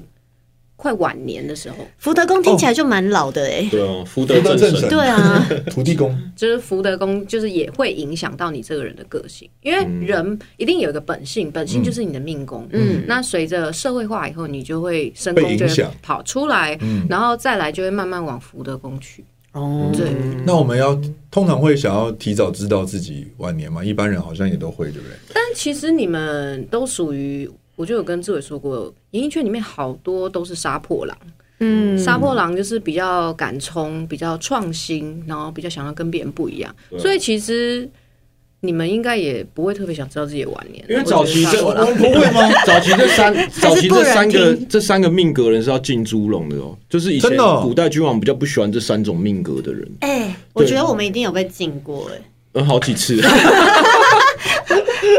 Speaker 4: 快晚年的时候，
Speaker 2: 福德宫听起来就蛮老的哎、
Speaker 1: 对哦，福德正神，
Speaker 2: 对啊，
Speaker 3: 土地宫，
Speaker 4: 就是福德宫，就是也会影响到你这个人的个性，
Speaker 1: 嗯
Speaker 4: 因为人一定有一个本性，本性就是你的命宫。嗯，那随着社会化以后，你就会身
Speaker 3: 被
Speaker 4: 宫
Speaker 3: 影
Speaker 4: 就会
Speaker 3: 响
Speaker 4: 跑出来，
Speaker 1: 嗯
Speaker 4: 然后再来就会慢慢往福德宫去。
Speaker 2: 哦，
Speaker 4: 对，
Speaker 1: 嗯
Speaker 3: 那我们要通常会想要提早知道自己晚年嘛？一般人好像也都会，对不对？
Speaker 4: 但其实你们都属于，我就有跟志伟说过，演艺圈里面好多都是杀破狼。
Speaker 2: 嗯，
Speaker 4: 杀破狼就是比较敢冲，比较创新，然后比较想要跟别人不一样。所以其实你们应该也不会特别想知道自己的晚年，啊
Speaker 1: 因为早期这
Speaker 4: 我觉得杀破
Speaker 1: 我
Speaker 4: 狼
Speaker 1: 不会吗？早期这三早期这三
Speaker 2: 不
Speaker 1: 个
Speaker 2: 忍
Speaker 1: 这三个命格人是要进猪笼的哦，就是以前
Speaker 3: 真的哦
Speaker 1: 古代君王比较不喜欢这三种命格的人，
Speaker 2: 哎、我觉得我们一定有被禁过哎、
Speaker 1: 嗯，好几次。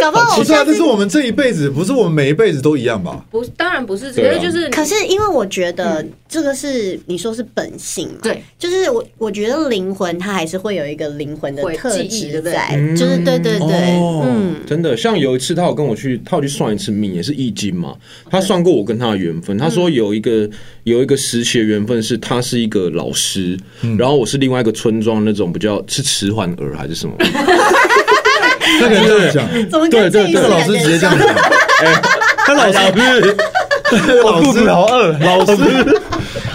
Speaker 2: 搞不好
Speaker 3: 不
Speaker 2: 哦我
Speaker 3: 是啊，
Speaker 2: 下
Speaker 3: 这
Speaker 2: 次
Speaker 3: 是。我们这一辈子，不是我们每一辈子都一样吧？
Speaker 4: 不是，当然不是，只
Speaker 1: 对啊
Speaker 4: 是就是
Speaker 2: 可是因为我觉得这个是你说是本性嘛，
Speaker 4: 对，
Speaker 2: 就是我我觉得灵魂它还是会有一个灵魂的
Speaker 4: 会
Speaker 2: 特
Speaker 4: 记
Speaker 2: 质
Speaker 4: 忆对不对
Speaker 2: 在，就是对对对，
Speaker 3: 哦
Speaker 2: 嗯，
Speaker 1: 真的，像有一次他有跟我去，他有去算一次命，也是易经嘛。他算过我跟他的缘分，他说有一个有一个时期的缘分是他是一个老师，然后我是另外一个村庄那种比较是迟缓儿还是什么？
Speaker 3: 那个人这样 讲，
Speaker 2: 怎么
Speaker 1: 对对
Speaker 2: 跟自
Speaker 1: 对
Speaker 3: 这
Speaker 2: 己
Speaker 3: 个
Speaker 2: 是
Speaker 3: 老
Speaker 2: 两
Speaker 3: 师
Speaker 2: 个人
Speaker 3: 直接这样
Speaker 2: 像
Speaker 3: 讲。哎
Speaker 1: 他老师不是
Speaker 3: 老师
Speaker 1: 好 饿，
Speaker 3: 老师，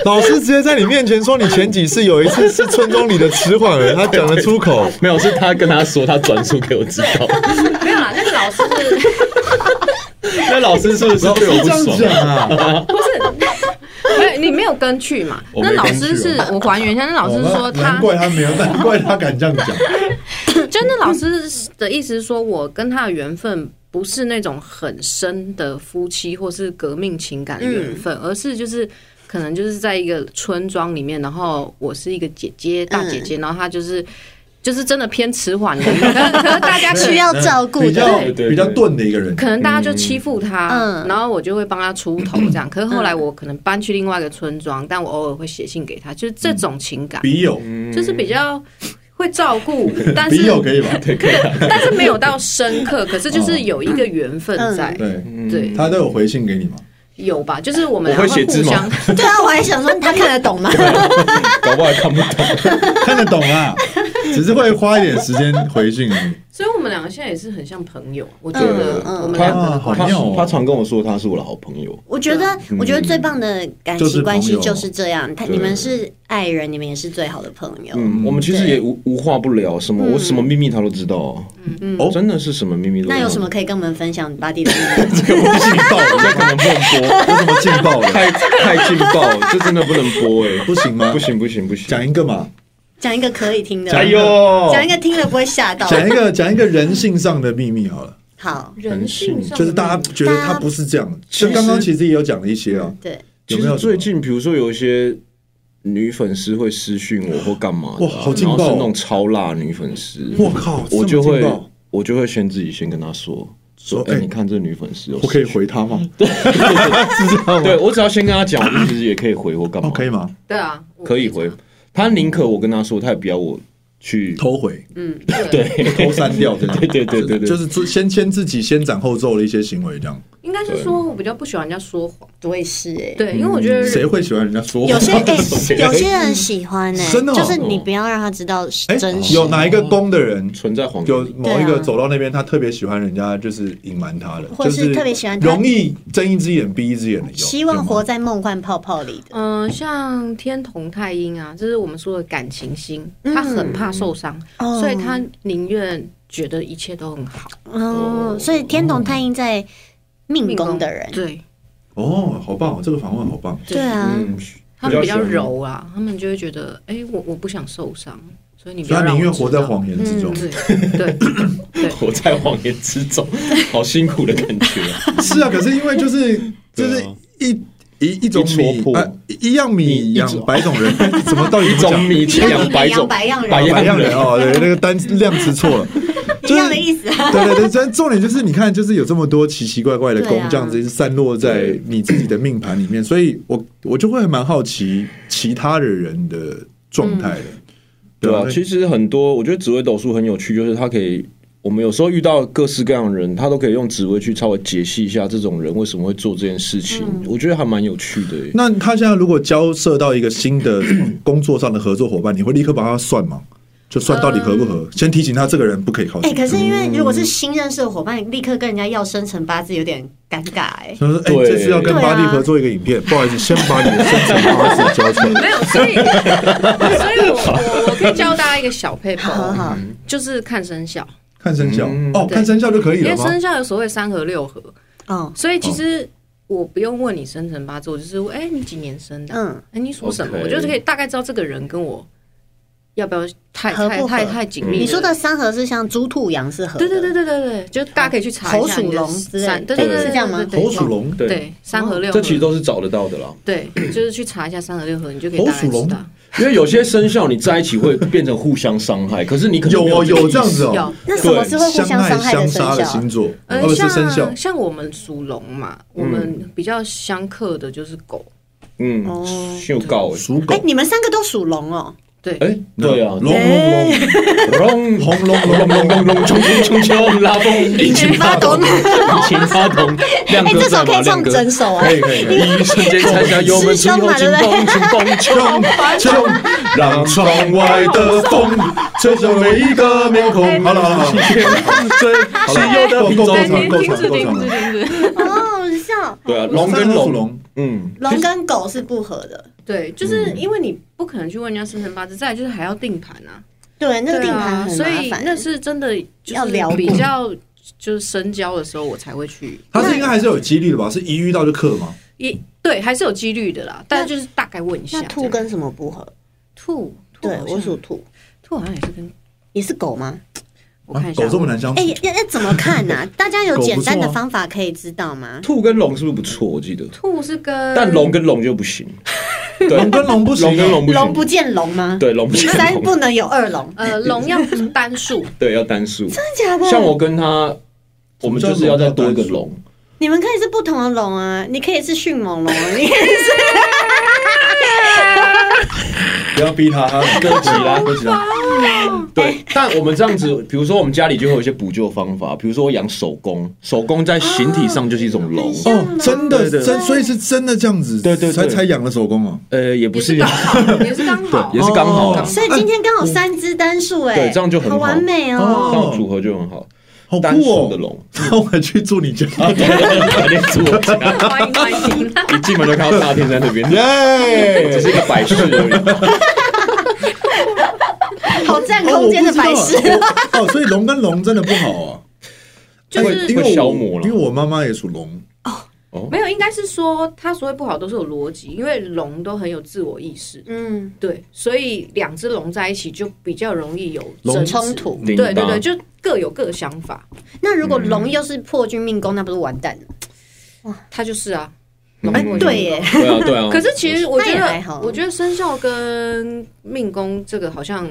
Speaker 3: 老师直接在你面前说，你前几次有一次是村中里的迟缓儿，他讲得出口。
Speaker 1: 没有是他跟他说，他转述给我知道。
Speaker 4: 没有啦，那个老师是
Speaker 1: 那老师是不是对我不爽？
Speaker 3: 啊？
Speaker 4: 不是？没有，你没有跟去嘛？
Speaker 1: 我没
Speaker 4: 那
Speaker 1: 跟
Speaker 4: 老师
Speaker 1: 去
Speaker 4: 是
Speaker 1: 哦
Speaker 4: 我还原一下，那老师是说
Speaker 3: 难
Speaker 4: 他，
Speaker 3: 怪他没有，难怪他敢这样讲。
Speaker 4: 就那老师的意思是说，我跟他的缘分不是那种很深的夫妻或是革命情感的缘分，而是就是可能就是在一个村庄里面，然后我是一个姐姐大姐姐，然后她就是就是真的偏迟缓的，可是可是大家
Speaker 2: 需
Speaker 4: 去。
Speaker 2: 要照顾
Speaker 3: 比较
Speaker 2: 的，
Speaker 1: 对对
Speaker 3: 比较钝的一个人，
Speaker 4: 可能大家就欺负他，
Speaker 2: 嗯
Speaker 4: 然后我就会帮他出头 这样。可是后来我可能搬去另外一个村庄，但我偶尔会写信给他，就是这种情感，
Speaker 3: 笔友，
Speaker 4: 就是比较会照顾，但是
Speaker 3: 笔友可以吧？
Speaker 1: 对，可以啊。
Speaker 4: 但是没有到深刻，可是就是有一个缘分
Speaker 2: 哦
Speaker 4: 在，
Speaker 2: 嗯
Speaker 3: 对，
Speaker 4: 对，
Speaker 3: 他都有回信给你吗？
Speaker 4: 有吧？就是我们
Speaker 1: 我会写
Speaker 4: 互
Speaker 1: 字吗
Speaker 4: 相，
Speaker 2: 对啊，我还想说他看得懂吗？
Speaker 1: 搞不好还看不懂。
Speaker 3: 看得懂啊，只是会花一点时间回信而已。
Speaker 4: 所以我们两个现在也是很像朋友。我觉得
Speaker 2: 嗯嗯
Speaker 4: 我们两个的
Speaker 3: 好
Speaker 4: 关
Speaker 1: 他
Speaker 4: 系
Speaker 3: 妙哦
Speaker 1: 他常跟我说他是我的好朋友，
Speaker 2: 我觉得，我觉得最棒的感情关系
Speaker 3: 就是朋友
Speaker 2: 就是这样，他你们是爱人，你们也是最好的朋友。
Speaker 1: 嗯，我们其实也无无话不聊，什么我什么秘密他都知道啊，
Speaker 3: 哦
Speaker 1: 真的是什么秘密都知道。
Speaker 2: 那有什么可以跟我们分享巴蒂的秘密？
Speaker 3: 这个不劲 爆，
Speaker 1: 这可能不能播。
Speaker 3: 这什么劲爆了？
Speaker 1: 太太劲爆，这真的不能播哎、
Speaker 3: 不行吗？
Speaker 1: 不，行不行不行，
Speaker 3: 讲一个嘛，
Speaker 2: 讲一个可以听的，
Speaker 3: 哎呦
Speaker 2: 讲一个听了不会吓到。
Speaker 3: 讲一个，讲一个人性上的秘密好了，
Speaker 2: 好，
Speaker 4: 人性上
Speaker 3: 就是大家觉得他不是这样。就刚刚其实也有讲了一些啊，
Speaker 2: 对，
Speaker 1: 其
Speaker 3: 有没有
Speaker 1: 实
Speaker 3: 什
Speaker 1: 最
Speaker 3: 么
Speaker 1: 近比如说有一些女粉丝会私讯我或干嘛的啊、
Speaker 3: 哇好劲爆
Speaker 1: 然后是那种超辣女粉丝，
Speaker 3: 我靠，
Speaker 1: 嗯我
Speaker 3: 这
Speaker 1: 就
Speaker 3: 么劲
Speaker 1: 会
Speaker 3: 爆
Speaker 1: 我就会先自己先跟她说说，
Speaker 3: 说
Speaker 1: 哎、
Speaker 3: 哎
Speaker 1: 你看这女粉丝有私
Speaker 3: 我可以
Speaker 1: 讯，
Speaker 3: 回他吗？是这样吗
Speaker 1: 对我只要先跟她讲，我其实也可以回或干嘛，
Speaker 3: 哦，可以吗？
Speaker 4: 对啊，我
Speaker 1: 可以回，她宁可我跟她说，她也不要我去
Speaker 3: 偷回、
Speaker 2: 嗯，
Speaker 1: 对
Speaker 3: 偷删掉这种，
Speaker 1: 对对对对对
Speaker 3: 就是自先先自己先斩后奏的一些行为，这样。
Speaker 4: 应该是说我比较不喜欢人家说谎，
Speaker 2: 我也是哎、
Speaker 4: 对，因为我觉得
Speaker 3: 谁会喜欢人家说
Speaker 2: 有
Speaker 3: 谎？
Speaker 2: 些哎、有些人喜欢哎、
Speaker 3: 真的哦
Speaker 2: 就是你不要让他知道是
Speaker 3: 哎
Speaker 2: 真，实。
Speaker 3: 有哪一个宫的人
Speaker 1: 存在谎
Speaker 3: 有
Speaker 1: 言里。
Speaker 3: 某一个
Speaker 2: 对啊
Speaker 3: 走到那边，他特别喜欢人家就是隐瞒他的，
Speaker 2: 或
Speaker 3: 就是
Speaker 2: 特别喜欢他
Speaker 3: 容易睁一只眼闭一只眼的有，
Speaker 2: 希望活
Speaker 3: 活
Speaker 2: 在梦幻泡泡里的，
Speaker 4: 嗯、像天童太英啊，这是我们说的感情心，
Speaker 2: 嗯
Speaker 4: 他很怕受伤，
Speaker 2: 哦
Speaker 4: 所以他宁愿觉得一切都很好。
Speaker 2: 哦，所以天同太阴在命宫的人，
Speaker 4: 对
Speaker 3: 哦，好棒，这个访问好棒。
Speaker 2: 对，啊，
Speaker 1: 嗯，
Speaker 4: 他们比较
Speaker 1: 比较喜欢
Speaker 4: 柔啊，他们就会觉得，哎、我我不想受伤，所以你不
Speaker 3: 所以
Speaker 4: 要
Speaker 3: 他
Speaker 4: 让
Speaker 3: 宁
Speaker 4: 我
Speaker 3: 愿活在
Speaker 4: 知道
Speaker 3: 谎言之
Speaker 2: 嗯
Speaker 3: 中。
Speaker 4: 对对对，
Speaker 1: 活在谎言之 中，好辛苦的感觉啊。
Speaker 3: 是啊，可是因为就是就是
Speaker 1: 对啊
Speaker 3: 一一一种
Speaker 1: 一
Speaker 3: 米
Speaker 1: 戳破
Speaker 3: 啊，一一样米
Speaker 1: 一
Speaker 3: 养
Speaker 1: 种
Speaker 3: 百种 人，怎么到底
Speaker 1: 一
Speaker 3: 怎
Speaker 1: 种
Speaker 3: 么讲
Speaker 1: 米
Speaker 2: 样
Speaker 1: 养百种，
Speaker 2: 百样人
Speaker 1: 百
Speaker 3: 百样
Speaker 1: 样
Speaker 3: 人
Speaker 1: 人
Speaker 3: 哦，对，那个单量词错 了，
Speaker 2: 一样的意思啊。
Speaker 3: 对对对，但重点就是你看，就是有这么多奇奇怪怪的
Speaker 2: 对
Speaker 3: 工
Speaker 2: 啊
Speaker 3: 这样子一直散落在你自己的命盘里面，所以我我就会蛮好奇其他的人的状态
Speaker 2: 嗯
Speaker 3: 的，
Speaker 1: 对啊
Speaker 3: 吧，？
Speaker 1: 其实很多，我觉得紫微斗数很有趣，就是它可以，我们有时候遇到各式各样的人，他都可以用紫微去稍微解析一下这种人为什么会做这件事情，
Speaker 4: 嗯
Speaker 1: 我觉得还蛮有趣的耶。
Speaker 3: 那他现在如果交涉到一个新的工作上的合作伙伴，你会立刻帮他算吗？就算到底合不合？先提醒他这个人不可以靠
Speaker 2: 哎、
Speaker 3: 近。
Speaker 2: 可是因为如果是新认识的伙伴，立刻跟人家要生辰八字有点尴尬哎、
Speaker 3: 他说：“哎、
Speaker 1: 对
Speaker 3: 这次要跟
Speaker 2: 对
Speaker 3: 巴
Speaker 2: 啊
Speaker 3: 蒂合作一个影片，不好意思，先把你的生辰八字交出来。
Speaker 4: 没有，所以所以我我我可以教大家一个小配
Speaker 2: 好
Speaker 4: 包，
Speaker 2: 好，
Speaker 4: 就是看生肖，
Speaker 3: 看生肖、
Speaker 1: 嗯
Speaker 3: 哦，
Speaker 4: 对
Speaker 3: 看生肖就可以
Speaker 4: 因
Speaker 3: 了
Speaker 4: 为
Speaker 3: 吗？
Speaker 4: 生肖有所谓三合六合，
Speaker 2: 哦，
Speaker 4: 所以其实我不用问你生辰八字，我就是哎、你几年生的，哎、
Speaker 2: 嗯，
Speaker 4: 你属什么
Speaker 1: OK
Speaker 4: 我就是可以大概知道这个人跟我要不要太
Speaker 2: 合不
Speaker 4: 太
Speaker 2: 合
Speaker 4: 太太紧密了。
Speaker 2: 你说的三合是像猪兔羊是合的，
Speaker 4: 对对对对对对，就大家可以去查一下
Speaker 2: 猴
Speaker 4: 你
Speaker 2: 鼠
Speaker 4: 的
Speaker 2: 龙之类
Speaker 4: 三
Speaker 2: 的
Speaker 4: 对对对，
Speaker 1: 是
Speaker 4: 对
Speaker 2: 这样吗
Speaker 4: 对对对
Speaker 3: 猴鼠龙，
Speaker 1: 对，
Speaker 4: 对三合六合，
Speaker 1: 这其实都是找得到的啦，
Speaker 4: 对，就是去查一下三合六合，你就可以大概
Speaker 3: 猴鼠龙
Speaker 4: 知道。
Speaker 1: 因为有些生肖你在一起会变成互相伤害，可是你可能
Speaker 3: 有
Speaker 1: 没
Speaker 3: 哦，
Speaker 1: 有
Speaker 3: 有这样子
Speaker 1: 意识。
Speaker 3: 哦
Speaker 4: 有。
Speaker 2: 那什么是会互
Speaker 3: 相
Speaker 2: 相伤害
Speaker 3: 相
Speaker 2: 的
Speaker 3: 杀的
Speaker 2: 生肖啊
Speaker 3: 星？座，
Speaker 4: 呃
Speaker 3: 哦，不是
Speaker 4: 像
Speaker 3: 生肖，嗯
Speaker 4: 像我们属龙嘛，我们比较相克的就是狗，
Speaker 1: 嗯，
Speaker 2: 哦，
Speaker 1: 秀告
Speaker 3: 属
Speaker 2: 哎、
Speaker 3: 狗，
Speaker 2: 你们三个都属龙哦，
Speaker 4: 对，
Speaker 1: 哎，对啊，
Speaker 3: 龙
Speaker 1: 隆
Speaker 3: 轰隆
Speaker 1: 隆
Speaker 3: 隆
Speaker 1: 隆隆隆，冲冲冲冲，拉风，引擎发动， 引擎发动，亮
Speaker 2: 哎、
Speaker 1: 哥
Speaker 2: 这
Speaker 1: 在
Speaker 2: 首
Speaker 1: 吗？
Speaker 2: 可以
Speaker 1: 亮
Speaker 2: 唱
Speaker 1: 哥，
Speaker 2: 整首啊
Speaker 3: 可，以可以可以，
Speaker 1: 第一瞬间踩下油门，最后紧绷紧绷
Speaker 3: 冲冲，让窗外的风吹向每一个面孔。好了好了好了，
Speaker 1: 最是
Speaker 3: 是又
Speaker 1: 又
Speaker 3: 到
Speaker 1: 到
Speaker 3: 屏
Speaker 1: 屏
Speaker 3: 东
Speaker 1: 东
Speaker 3: 了
Speaker 1: 了。
Speaker 3: 够长够长
Speaker 4: 停止停止，
Speaker 2: 哦，好笑。
Speaker 1: 对啊，
Speaker 3: 龙
Speaker 1: 龙
Speaker 3: 跟
Speaker 1: 跟
Speaker 3: 龙
Speaker 1: 龙，
Speaker 3: 龙，
Speaker 1: 嗯，
Speaker 2: 龙跟狗是不合的，
Speaker 4: 对，就是
Speaker 3: 嗯
Speaker 4: 因为你不可能去问人家生辰八字，再来就是还要定盘啊，
Speaker 2: 对，那个
Speaker 4: 对
Speaker 2: 定
Speaker 4: 啊，
Speaker 2: 盘很
Speaker 4: 所以
Speaker 2: 麻
Speaker 4: 那
Speaker 2: 烦。
Speaker 4: 是真的就
Speaker 2: 要聊过
Speaker 4: 是比较就是深交的时候我才会去，
Speaker 1: 啊
Speaker 3: 他是应该还是有几率的吧？是一遇到就克吗？
Speaker 4: 也对，还是有几率的啦，但就是大概问一下
Speaker 2: 那
Speaker 4: 这样。
Speaker 2: 兔跟什么不合？
Speaker 4: 兔，兔
Speaker 2: 对
Speaker 4: 好像
Speaker 2: 我属兔，
Speaker 4: 兔好像也是跟
Speaker 2: 你是狗吗？
Speaker 1: 啊
Speaker 4: 我看一下啊
Speaker 3: 狗这么难相处
Speaker 2: 哎、，要要怎么 看呢、大家有
Speaker 3: 狗不
Speaker 2: 简单
Speaker 3: 错
Speaker 2: 的
Speaker 3: 啊
Speaker 2: 方法可以知道吗？
Speaker 1: 兔跟龙是不是不错？我记得，
Speaker 4: 兔是跟
Speaker 1: 但龙跟龙就不行。对，
Speaker 3: 龙跟龙不行啊
Speaker 1: 龙跟龙不
Speaker 2: 龙不
Speaker 1: 行，
Speaker 2: 见龙吗？
Speaker 1: 对，龙不行，
Speaker 2: 三不能有二龙，
Speaker 4: 呃龙要单数，
Speaker 1: 对，要单数。
Speaker 2: 真的假的？
Speaker 1: 像我跟他，我们就是要再多一个
Speaker 3: 什么叫
Speaker 1: 龙。
Speaker 2: 你们可以是不同的龙啊，你可以是迅猛龙，啊你 可以是
Speaker 3: 不要逼他，他
Speaker 1: 哥吉拉，哥吉
Speaker 3: 拉。
Speaker 1: 对，但我们这样子，比如说我们家里就会有一些补救方法，比如说我养手工，手工在形体上就是一种龙，
Speaker 3: 哦，真的
Speaker 1: 对对
Speaker 3: 真，所以是真的这样子，
Speaker 1: 对对对
Speaker 3: 才才养了手工哦。
Speaker 1: 呃，也
Speaker 4: 也
Speaker 1: 不
Speaker 4: 是
Speaker 1: 是，
Speaker 4: 刚好，也是刚 好，
Speaker 1: 也是刚好
Speaker 4: 哦
Speaker 1: 啦，
Speaker 2: 所以今天刚好三只单数哎、
Speaker 1: 对这样就很
Speaker 2: 好
Speaker 1: 好
Speaker 2: 完美哦。
Speaker 1: 这样组合就很好，
Speaker 3: 好
Speaker 1: 单
Speaker 3: 酷
Speaker 1: 数的
Speaker 3: 哦！
Speaker 1: 龙。
Speaker 3: 那我去住你家，
Speaker 1: 打电住我家，
Speaker 4: 哦欢迎欢迎，
Speaker 1: 一进门就看到大天在那边，只
Speaker 3: 耶！
Speaker 1: 是一个摆饰而已。
Speaker 2: 好占空间的摆饰。
Speaker 3: 啊 哦，所以龙跟龙真的不好啊，
Speaker 4: 就是
Speaker 1: 会
Speaker 3: 因为
Speaker 1: 会消
Speaker 3: 我
Speaker 1: 磨了
Speaker 3: 因为我妈妈也属龙，
Speaker 4: 没有，应该是说它所谓不好都是有逻辑，因为龙都很有自我意识，
Speaker 2: 嗯，
Speaker 4: 对，所以两只龙在一起就比较容易有
Speaker 3: 龙
Speaker 4: 争执
Speaker 2: 嗯冲突
Speaker 1: 零
Speaker 4: 对对
Speaker 1: 八
Speaker 4: 对，就各有各的想法，
Speaker 2: 那如果
Speaker 4: 嗯
Speaker 2: 龙又是破军命宫，那不是完蛋了？
Speaker 4: 它就是啊，
Speaker 1: 嗯
Speaker 4: 龙
Speaker 2: 哎、
Speaker 4: 过
Speaker 2: 对
Speaker 4: 也有
Speaker 2: 耶，嗯
Speaker 1: 对啊对啊。
Speaker 4: 可是其实我觉
Speaker 2: 那也还好
Speaker 4: 得，我觉得生肖跟命宫这个好像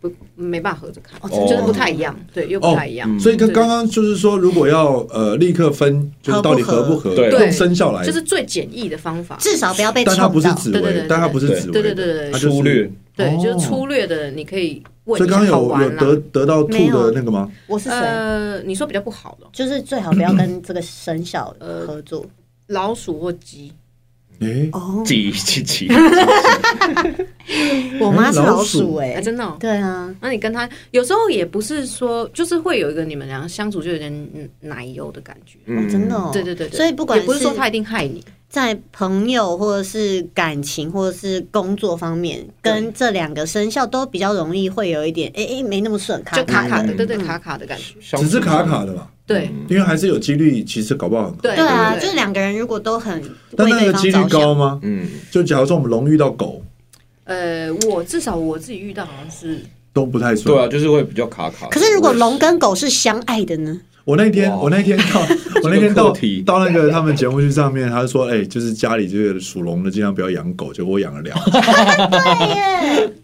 Speaker 4: 不没办法合着看，
Speaker 2: 哦
Speaker 1: 真的
Speaker 4: 就是不太一样，对，又不太一样。
Speaker 1: 嗯
Speaker 3: 所以跟刚刚就是说，如果要呃立刻分，就是到底合不
Speaker 1: 合
Speaker 3: 合，
Speaker 1: 不合对
Speaker 3: 用生肖来，
Speaker 4: 就是最简易的方法，
Speaker 2: 至少不要被
Speaker 3: 但它
Speaker 2: 冲
Speaker 3: 不是
Speaker 2: 到。
Speaker 3: 紫
Speaker 4: 对对对
Speaker 3: 薇，
Speaker 4: 对
Speaker 3: 但它不是紫薇，
Speaker 4: 对对对对
Speaker 3: 它就
Speaker 4: 对
Speaker 3: 是
Speaker 1: 粗略，
Speaker 4: 对，
Speaker 3: 哦
Speaker 4: 就是粗略的，你可以问
Speaker 3: 所
Speaker 4: 一
Speaker 3: 以
Speaker 4: 下
Speaker 3: 刚刚
Speaker 4: 好
Speaker 3: 有有呃
Speaker 4: 玩啊啦
Speaker 3: 得。得到吐
Speaker 2: 没有
Speaker 3: 的那个吗？
Speaker 2: 我是谁？
Speaker 4: 呃，你说比较不好的
Speaker 2: 就是最好不要跟这个生肖合作。
Speaker 4: 老鼠或鸡，
Speaker 3: 诶，
Speaker 2: 哦，
Speaker 1: 几几 几，
Speaker 2: 我妈
Speaker 3: 嗯
Speaker 2: 是
Speaker 3: 老
Speaker 2: 老鼠
Speaker 3: 鼠
Speaker 4: 哎、
Speaker 2: 哎，
Speaker 4: 真的哦、
Speaker 2: 对啊，
Speaker 4: 那你跟他有时候也不是说，就是会有一个你们俩相处就有点嗯奶油的感觉。
Speaker 1: 嗯
Speaker 3: 嗯
Speaker 2: 哦真的哦。
Speaker 4: 对对对对，
Speaker 2: 所以不管
Speaker 4: 也不是
Speaker 2: 是
Speaker 4: 说他一定害你，
Speaker 2: 在朋友或者是感情或者是工作方面，
Speaker 4: 对
Speaker 2: 跟这两个生肖都比较容易会有一点，哎、哎、没那么顺，卡
Speaker 4: 就卡卡的，
Speaker 2: 嗯
Speaker 4: 对对卡卡的感觉，
Speaker 3: 只是卡卡的啦，
Speaker 4: 对
Speaker 3: 因为还是有几率，其实搞不好很合。
Speaker 4: 对
Speaker 2: 对啊，
Speaker 4: 对
Speaker 2: 就是两个人如果都很
Speaker 3: 但
Speaker 2: 为
Speaker 3: 那
Speaker 2: 对
Speaker 3: 个
Speaker 2: 方
Speaker 3: 几率
Speaker 2: 着
Speaker 3: 高
Speaker 2: 想，
Speaker 3: 吗？
Speaker 1: 嗯，
Speaker 3: 就假如说我们龙遇到狗
Speaker 4: 呃，我至少我自己遇到好像是
Speaker 3: 都不太
Speaker 1: 对
Speaker 3: 顺。
Speaker 1: 啊，就是会比较卡卡的。
Speaker 2: 可是如果龙跟狗是相爱的呢？
Speaker 3: 我那天
Speaker 1: 哇
Speaker 3: 我那天 到我那天到
Speaker 1: 这个课题
Speaker 3: 到那个他们节目去上面，他就说：“哎，就是家里这个属龙的尽量不要养狗。”结果我养了 两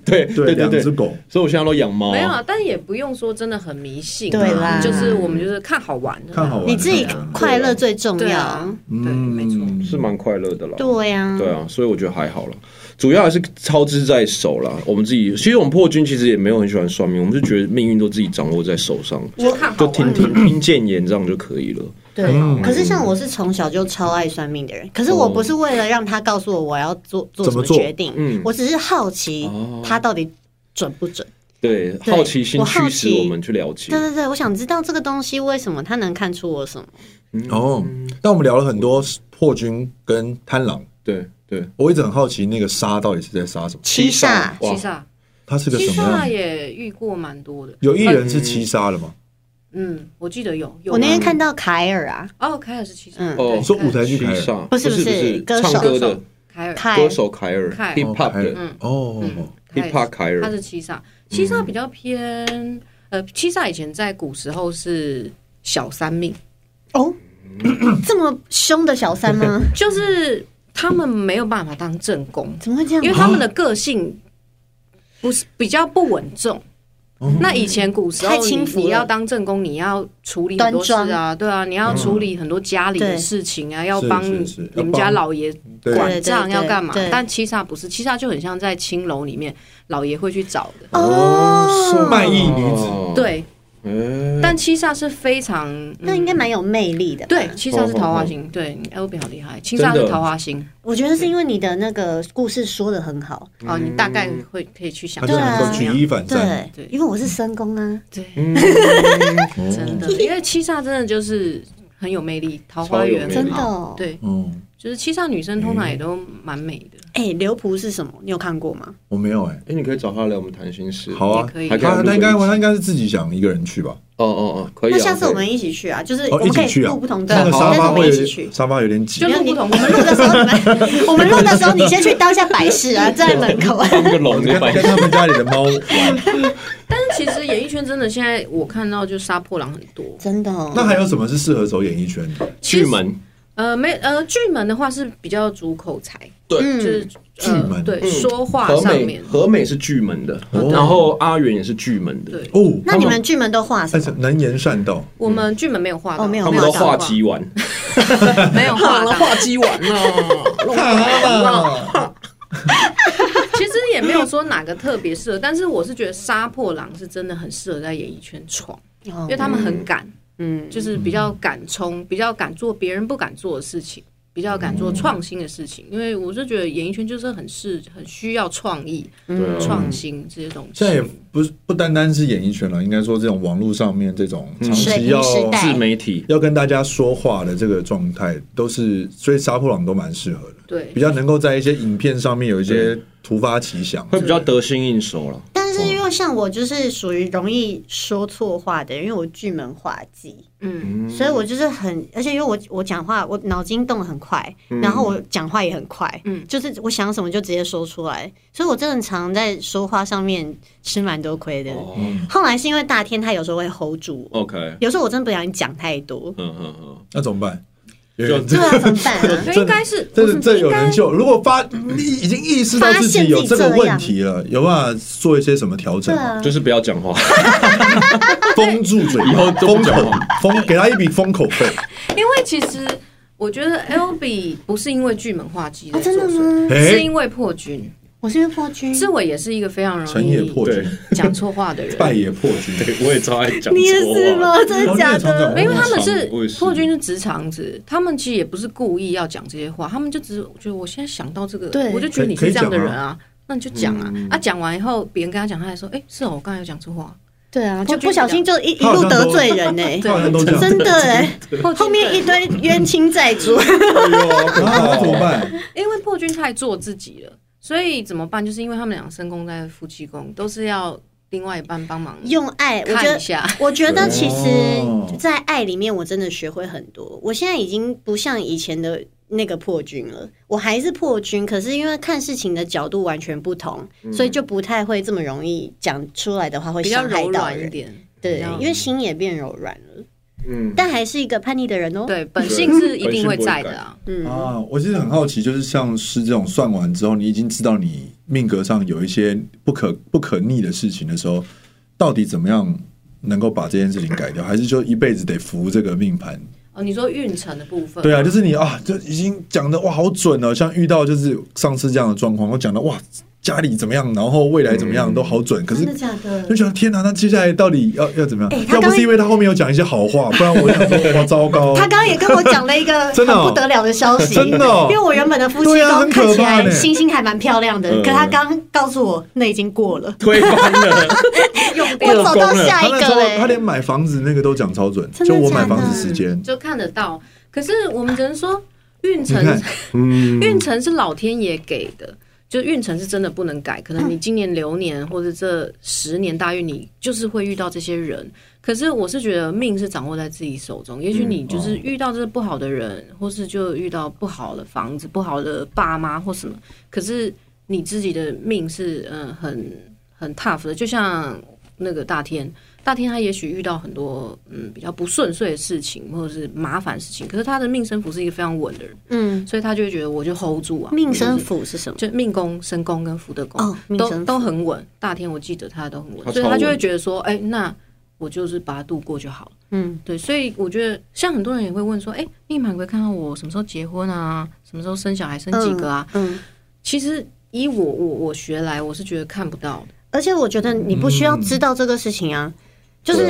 Speaker 1: 对
Speaker 3: 对
Speaker 1: 对对
Speaker 3: 两
Speaker 1: 对
Speaker 3: 只，狗，
Speaker 1: 所以我现在都养
Speaker 3: 哦
Speaker 1: 猫啊。
Speaker 4: 没有啊，但也不用说真的很迷信啊，
Speaker 2: 对
Speaker 1: 嗯
Speaker 2: 啦
Speaker 4: 就是我们就是看好玩的啦，
Speaker 3: 看好玩
Speaker 2: 你自己
Speaker 3: 看好玩
Speaker 2: 快乐最重
Speaker 4: 对
Speaker 2: 要
Speaker 4: 啊。，对，没错，
Speaker 1: 是
Speaker 3: 嗯
Speaker 1: 蛮快乐的啦。
Speaker 2: 对呀、
Speaker 1: 对啊，所以我觉得还好了，主要还是操之在手啦。我们自己，其实我们破军其实也没有很喜欢算命，我们是觉得命运都自己掌握在手上，
Speaker 4: 就看好
Speaker 1: 就
Speaker 4: 玩
Speaker 1: 听
Speaker 4: 的。
Speaker 1: 听听谏言这样就可以了。
Speaker 2: 对
Speaker 3: 嗯
Speaker 2: 可是像我是从小就超爱算命的人，可是我不是为了让他告诉我我要做做
Speaker 3: 怎
Speaker 2: 什
Speaker 3: 么
Speaker 2: 么
Speaker 3: 做
Speaker 2: 决定，
Speaker 1: 嗯
Speaker 2: 我只是好奇
Speaker 1: 哦
Speaker 2: 他到底准不准。
Speaker 1: 对，
Speaker 2: 对
Speaker 1: 好奇心
Speaker 2: 我好
Speaker 1: 驱使
Speaker 2: 奇
Speaker 1: 我们去了解
Speaker 2: 对。对对，我想知道这个东西为什么它能看出我什么。
Speaker 3: 哦，但我们聊了很多破军跟贪狼，
Speaker 1: 对对，
Speaker 3: 我一直很好奇那个杀到底是在杀什么？
Speaker 2: 七煞，
Speaker 1: 哇
Speaker 4: 七煞，
Speaker 3: 它是个
Speaker 4: 七
Speaker 3: 什
Speaker 2: 啊
Speaker 3: 么
Speaker 4: 煞
Speaker 3: 样？
Speaker 4: 也遇过蛮多的，
Speaker 3: 有一人是七杀的吗？
Speaker 4: 嗯，我记得有有
Speaker 2: 我那天
Speaker 4: 吗
Speaker 2: 看到凯尔啊，
Speaker 4: 哦，凯尔是七煞，
Speaker 2: 嗯
Speaker 4: 对
Speaker 1: 哦
Speaker 3: 说舞台
Speaker 1: 七
Speaker 3: 剧凯尔
Speaker 1: 煞
Speaker 2: 不是
Speaker 1: 不
Speaker 2: 不是
Speaker 1: 是
Speaker 2: 歌手
Speaker 1: 唱歌的
Speaker 4: 凯尔，
Speaker 2: 凯
Speaker 1: 歌手凯尔
Speaker 4: 凯尔
Speaker 1: ，hip hop 的
Speaker 3: 哦
Speaker 4: 嗯
Speaker 3: 哦，
Speaker 4: 嗯凯
Speaker 1: hip
Speaker 4: 尔
Speaker 1: hop 凯
Speaker 4: 他
Speaker 1: 尔，
Speaker 4: 是七煞，七
Speaker 3: 嗯
Speaker 4: 煞比较偏，呃，七煞以前在古时候是小三命，
Speaker 2: 哦，这么凶的小三吗？
Speaker 4: 就是他们没有办法当正宫，
Speaker 2: 怎么会这样？
Speaker 3: 嗯
Speaker 4: 因为他们的个性不是比较不稳重。
Speaker 3: 嗯
Speaker 4: 那以前古时候
Speaker 2: 太
Speaker 4: 你，
Speaker 2: 轻浮了
Speaker 4: 你要当正宫，你要处理很多事啊，对啊，你要处理很多家里的事情啊，要帮
Speaker 3: 嗯是是
Speaker 4: 你们家老爷
Speaker 2: 嗯
Speaker 3: 对
Speaker 4: 管账，
Speaker 2: 对对对
Speaker 4: 要干嘛
Speaker 2: 对？
Speaker 4: 但七煞不是，七煞就很像在青楼里面，老爷会去找
Speaker 3: 哦
Speaker 4: 的。
Speaker 1: 哦
Speaker 3: 卖艺女子，
Speaker 4: 对，
Speaker 3: 嗯
Speaker 1: 哎
Speaker 4: 但七煞是非常，嗯
Speaker 2: 那应该蛮有魅力的。
Speaker 4: 对，，七
Speaker 3: 哦
Speaker 4: 煞是桃花星，对，哎，欧比好厉害，七
Speaker 1: 真
Speaker 4: 煞
Speaker 1: 的
Speaker 4: 是桃花星
Speaker 2: 我觉得是因为你的那个故事说的很好，
Speaker 4: 啊，你大概会可以去想
Speaker 3: 他就
Speaker 4: 象
Speaker 3: 能够
Speaker 4: 是
Speaker 3: 举
Speaker 4: 怎样，
Speaker 3: 一反三。
Speaker 2: 啊对
Speaker 4: 对，
Speaker 2: 因为我是深宫啊，
Speaker 4: 对，
Speaker 1: 嗯
Speaker 3: 哦
Speaker 4: 真的，因为七煞真的就是很有魅力，桃花源
Speaker 1: 超有魅力
Speaker 2: 真
Speaker 4: 很
Speaker 2: 的
Speaker 4: 好。
Speaker 2: 哦。
Speaker 4: 对，
Speaker 3: 嗯，
Speaker 4: 就是七煞女生通常也都蛮美
Speaker 1: 嗯
Speaker 4: 的，
Speaker 2: 哎，刘仆是什么？你有看过吗？
Speaker 3: 我没有哎，
Speaker 1: 哎，你可以找他来我们谈心事。
Speaker 3: 好啊
Speaker 4: 也，可以
Speaker 1: 还可以
Speaker 3: 他他应该
Speaker 1: 录个
Speaker 3: 他应该是自己想一个人去吧？
Speaker 1: 哦哦哦，可以啊。
Speaker 2: 那下次我
Speaker 1: 可以
Speaker 2: 们一起去啊，就是我
Speaker 3: 哦，一
Speaker 2: 们可
Speaker 3: 起
Speaker 2: 以
Speaker 3: 去啊
Speaker 2: 录不同，的，
Speaker 3: 那个
Speaker 2: 但
Speaker 3: 沙
Speaker 2: 是
Speaker 3: 发
Speaker 2: 我们一
Speaker 3: 会
Speaker 2: 起去。
Speaker 3: 沙发有点挤
Speaker 4: 就。
Speaker 2: 没有你
Speaker 4: 录不同
Speaker 2: 我们录的时候，你 们我们录的时候，你先去当下摆饰啊，站在门口 啊。
Speaker 1: 当个龙的
Speaker 3: 跟 跟
Speaker 1: 版
Speaker 3: 他们家里的猫玩，
Speaker 4: 但是其实演艺圈真的现在我看到就杀破狼很多，
Speaker 2: 真的哦，
Speaker 3: 那还有什么是适合走演艺圈的？
Speaker 1: 巨门，
Speaker 4: 呃，没呃，剧门的话是比较主口才，就
Speaker 2: 嗯，
Speaker 4: 是
Speaker 3: 巨门
Speaker 4: 呃对说话
Speaker 1: 嗯和
Speaker 4: 上
Speaker 1: 美
Speaker 4: 面，
Speaker 1: 和美是巨门的，
Speaker 3: 哦
Speaker 1: 然后阿元也是巨门的，
Speaker 4: 对，
Speaker 3: 哦，
Speaker 2: 那你们剧门都画什
Speaker 3: 但是
Speaker 2: 么？
Speaker 3: 能言善 道，
Speaker 4: 我们剧门没有画到，
Speaker 2: 哦没有
Speaker 1: 他们都
Speaker 4: 画
Speaker 1: 画
Speaker 4: 到
Speaker 1: 鸡丸，
Speaker 4: 没有画到，
Speaker 1: 鸡丸了。
Speaker 4: 其实也没有说哪个特别适合，但是我是觉得杀破狼是真的很适合在演艺圈闯，
Speaker 2: 因
Speaker 4: 因为他们很敢，
Speaker 2: 嗯，
Speaker 4: 就是比较敢冲，比较敢做别人不敢做的事情，比较敢做创新的事情。因为我就觉得演艺圈就是很是很需要创意、
Speaker 1: 对啊
Speaker 3: 嗯
Speaker 4: 创新这些东西。
Speaker 3: 现在也不是不单单是演艺圈了，应该说这种网络上面这种长期要
Speaker 2: 水平时 代
Speaker 1: 自媒体，
Speaker 3: 要跟大家说话的这个状态，都是所以杀破狼都蛮适合的，
Speaker 4: 对
Speaker 3: 比，较能够在一些影片上面有一些突发奇想。
Speaker 1: 会比较得心应手了。
Speaker 2: 但是因为像我就是属于容易说错话的人，因为我巨门画技，
Speaker 4: 嗯，
Speaker 1: 嗯
Speaker 2: 所以我就是很，而且因为我我讲话我脑筋动得很快，
Speaker 3: 嗯
Speaker 2: 然后我讲话也很快，嗯，
Speaker 4: 嗯
Speaker 2: 就是我想什么就直接说出来，所以我真的常在说话上面吃蛮多亏的。
Speaker 1: 哦
Speaker 2: 后来是因为大天他有时候会 hold 住我，
Speaker 1: ，OK，
Speaker 2: 有时候我真的不小心讲太多，
Speaker 1: 嗯嗯嗯，
Speaker 3: 那怎么办？
Speaker 1: 就
Speaker 3: 有人
Speaker 2: 对啊，怎么办 啊？
Speaker 4: 应该是
Speaker 3: 这
Speaker 4: 不
Speaker 3: 是
Speaker 4: 是
Speaker 3: 这有
Speaker 4: 应该
Speaker 3: 人救。如果发已经意识到自己有这个问题了，有办法做一些什么调整
Speaker 2: 对
Speaker 3: 吗？
Speaker 2: 啊，
Speaker 1: 就是不要讲话，
Speaker 3: 封住嘴，
Speaker 1: 以后都
Speaker 3: 封
Speaker 1: 不讲
Speaker 3: 口
Speaker 1: 话
Speaker 3: 封给他一笔封口费。
Speaker 4: 因为其实我觉得 L B 不是因为剧门画技
Speaker 2: 哦
Speaker 4: 在
Speaker 2: 真
Speaker 4: 作
Speaker 3: 啊
Speaker 2: 的
Speaker 4: 祟，
Speaker 2: 吗？
Speaker 4: 是
Speaker 3: 哎，
Speaker 4: 因为破军。
Speaker 2: 我是因为破军，
Speaker 4: 志伟也是一个非常容
Speaker 3: 成也
Speaker 4: 易
Speaker 3: 破军，
Speaker 4: 讲错 话的人，
Speaker 3: 败也破军。
Speaker 1: 对，我也超爱讲错话。
Speaker 2: 你也是吗？真的假的？
Speaker 4: 没有，他们是
Speaker 1: 我也是
Speaker 4: 破军是直肠子，他们其实也不是故意要讲这些话，他们就只是觉得我现在想到这个，
Speaker 2: 对
Speaker 4: 我就觉得你
Speaker 3: 可以
Speaker 4: 是这样的
Speaker 3: 可以
Speaker 4: 人
Speaker 3: 讲嗯
Speaker 4: 啊，那你就讲啊。啊，讲完以后，别人跟他讲，他还说，哎，是哦，我刚才有讲错话。
Speaker 2: 对啊，就
Speaker 4: 破军
Speaker 2: 不小心就一一
Speaker 3: 他好
Speaker 2: 路
Speaker 3: 像
Speaker 2: 得
Speaker 3: 都
Speaker 2: 罪人呢、
Speaker 3: 他好像都这样，
Speaker 2: 真的哎、
Speaker 4: 破军
Speaker 2: 后面一堆冤亲债主。
Speaker 3: 然后啊那怎么办？
Speaker 4: 因为破军太做自己了，所以怎么办？就是因为他们俩身宫在夫妻宫，都是要另外一半帮忙
Speaker 2: 用爱，我觉
Speaker 4: 看
Speaker 2: 得
Speaker 4: 一下。
Speaker 2: 我觉得其实
Speaker 3: 哦，
Speaker 2: 在爱里面，我真的学会很多。我现在已经不像以前的那个破军了，我还是破军，可是因为看事情的角度完全不同，
Speaker 3: 嗯
Speaker 2: 所以就不太会这么容易讲出来的话会
Speaker 4: 比较
Speaker 2: 伤害
Speaker 4: 柔
Speaker 2: 到
Speaker 4: 软一
Speaker 2: 人。
Speaker 4: 点，
Speaker 2: 对
Speaker 4: 比较，
Speaker 2: 因为心也变柔软了，
Speaker 1: 嗯，
Speaker 2: 但还是一个叛逆的人哦。
Speaker 4: 对，本性是一定会在的啊。
Speaker 2: 嗯，
Speaker 3: 啊，我其实很好奇，就是像是这种算完之后，你已经知道你命格上有一些不可不可逆的事情的时候，到底怎么样能够把这件事情改掉？还是就一辈子得服这个命盘？
Speaker 4: 哦，你说运程的部分，
Speaker 3: 对啊，就是你啊，就已经讲的哇，好准哦！像遇到就是上次这样的状况，我讲的哇，家里怎么样，然后未来怎么样，都好准。可是
Speaker 2: 真的假的
Speaker 3: 就？觉得天哪，那接下来到底要要怎么样？
Speaker 2: 哎他
Speaker 3: 要
Speaker 2: 刚
Speaker 3: 不是
Speaker 2: 才
Speaker 3: 因为他后面有讲一些好话，不然我想 说哇，糟糕！
Speaker 2: 他刚刚也跟我讲了一个很
Speaker 3: 真的哦
Speaker 2: 不得了的消 息，
Speaker 3: 真的哦
Speaker 2: 因为我原本的夫妻
Speaker 3: 对啊
Speaker 2: 宫
Speaker 3: 很
Speaker 2: 看
Speaker 3: 可
Speaker 2: 起
Speaker 3: 怕
Speaker 2: 来
Speaker 3: 呢
Speaker 2: 星星还蛮漂亮的，
Speaker 1: 嗯
Speaker 2: 可他刚告诉我那已经过了，
Speaker 1: 推翻了，
Speaker 4: 用
Speaker 2: 我走到下
Speaker 3: 他
Speaker 2: 一
Speaker 3: 那
Speaker 2: 个
Speaker 3: 时候
Speaker 2: 嘞
Speaker 3: 他。连买房子那个都讲超准，
Speaker 2: 真的
Speaker 3: 就我买
Speaker 2: 假的
Speaker 3: 房子时间，
Speaker 4: 嗯就看得到。可是我们只能说，运
Speaker 3: 你
Speaker 4: 程
Speaker 3: 看
Speaker 1: 嗯，
Speaker 4: 运程是老天爷给的，就运程是真的不能改。可能你今年流年或者这十年大运，你就是会遇到这些人。可是我是觉得命是掌握在自己手中，也许你就是遇到这不好的人，或是就遇到不好的房子、不好的爸妈或什么。可是你自己的命是嗯、呃很很 tough 的，就像那个大天。大天他也许遇到很多嗯比较不顺遂的事情，或者是麻烦的事情，可是他的命生符是一个非常稳的人，
Speaker 2: 嗯，
Speaker 4: 所以他就会觉得我就 hold 住啊，
Speaker 2: 命生符是什么？
Speaker 4: 就命宫、身宫跟福德宫、
Speaker 2: 哦命生
Speaker 4: 都
Speaker 2: 符
Speaker 4: 都很稳。大天我记得他都很稳，
Speaker 1: 他超
Speaker 4: 所以他就会
Speaker 1: 稳
Speaker 4: 觉得说，哎、那我就是把它度过就好了。
Speaker 2: 嗯，
Speaker 4: 对，所以我觉得像很多人也会问说，哎、命盘会看到我什么时候结婚啊，什么时候生小孩，生几个啊？
Speaker 2: 嗯，
Speaker 4: 其实以我我我学来，我是觉得看不到的。
Speaker 2: 而且我觉得你不需要知道这个事情
Speaker 4: 嗯
Speaker 2: 啊，就是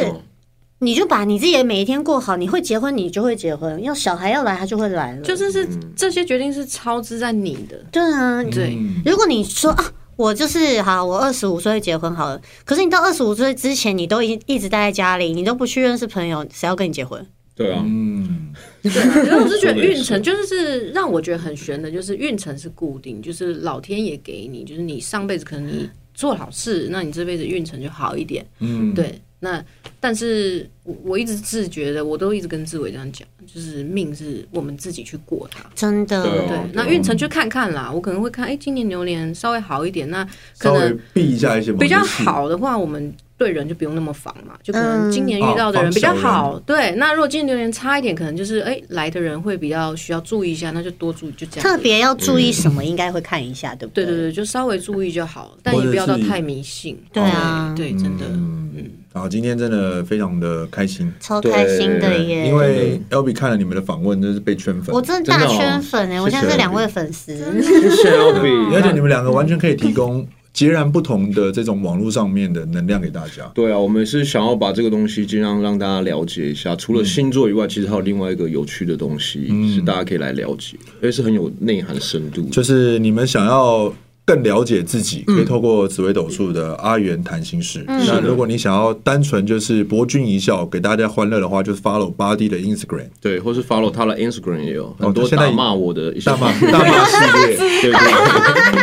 Speaker 2: 你就把你自己的每一天过好，你会结婚你就会结婚，要小孩要来他就会来了，
Speaker 4: 就是是、这些决定是超支在你的，
Speaker 2: 对啊，
Speaker 4: 对。
Speaker 2: 如果你说啊，我就是好，我二十五岁结婚好了，可是你到二十五岁之前，你都一一直待在家里，你都不去认识朋友，谁要跟你结婚？
Speaker 1: 对啊，
Speaker 3: 嗯，
Speaker 4: 对啊，因为我是觉得运
Speaker 1: 说得
Speaker 4: 程
Speaker 1: 也
Speaker 4: 就是让我觉得很悬的，就是运程是固定，就是老天爷给你，就是你上辈子可能你做好事，那你这辈子运程就好一点。
Speaker 3: 嗯，
Speaker 4: 对，那但是我我一直自觉的，我都一直跟志伟这样讲，就是命是我们自己去过它。
Speaker 2: 真
Speaker 1: 对
Speaker 2: 的，
Speaker 4: 对
Speaker 1: 哦，
Speaker 4: 那运程就看看啦，我可能会看，哎，今年流年稍微好一点，那可
Speaker 3: 稍微
Speaker 4: 能
Speaker 3: 避一下一些
Speaker 4: 比较好的话，我们对人就不用那么防嘛，
Speaker 2: 嗯
Speaker 4: 就可能今年遇到的人
Speaker 3: 嗯
Speaker 4: 比
Speaker 3: 哦
Speaker 4: 较好。对，那如果今年流年差一点，可能就是哎、来的人会比较需要注意一下，那就多注意，就这
Speaker 2: 特
Speaker 4: 样。
Speaker 2: 别要注意什么，应该会看一下，对不
Speaker 4: 对
Speaker 2: 对
Speaker 4: 嗯对对，就稍微注意就好，但也不要到太迷信。
Speaker 2: 对啊，
Speaker 4: 对，真的。
Speaker 3: 嗯，好，今天真的非常的开心，
Speaker 2: 超开心的
Speaker 1: 对
Speaker 2: 耶！
Speaker 3: 因为 L B 看了你们的访问，真是被圈粉
Speaker 2: 我，真的大
Speaker 1: 真的哦
Speaker 2: 圈粉哎、我现在
Speaker 3: 谢
Speaker 2: 是
Speaker 3: 谢
Speaker 2: 两位粉丝，
Speaker 1: 谢谢 L
Speaker 3: 而且
Speaker 1: B。
Speaker 3: 你们两个完全可以提供截然不同的这种网络上面的能量给大家。
Speaker 1: 对啊，我们是想要把这个东西尽量让大家了解一下。除了星座以外，其实还有另外一个有趣的东西、是大家可以来了解，而且是很有内涵深度的。
Speaker 3: 就是你们想要更了解自己，可以透过紫微斗数的阿元谈心事。那如果你想要单纯就是博君一笑，给大家欢乐的话，就是 follow 八 D 的 Instagram
Speaker 1: 对，或是 follow 他的 Instagram 也有很多
Speaker 3: 现在
Speaker 1: 打骂我的一些
Speaker 3: 大 骂
Speaker 1: 话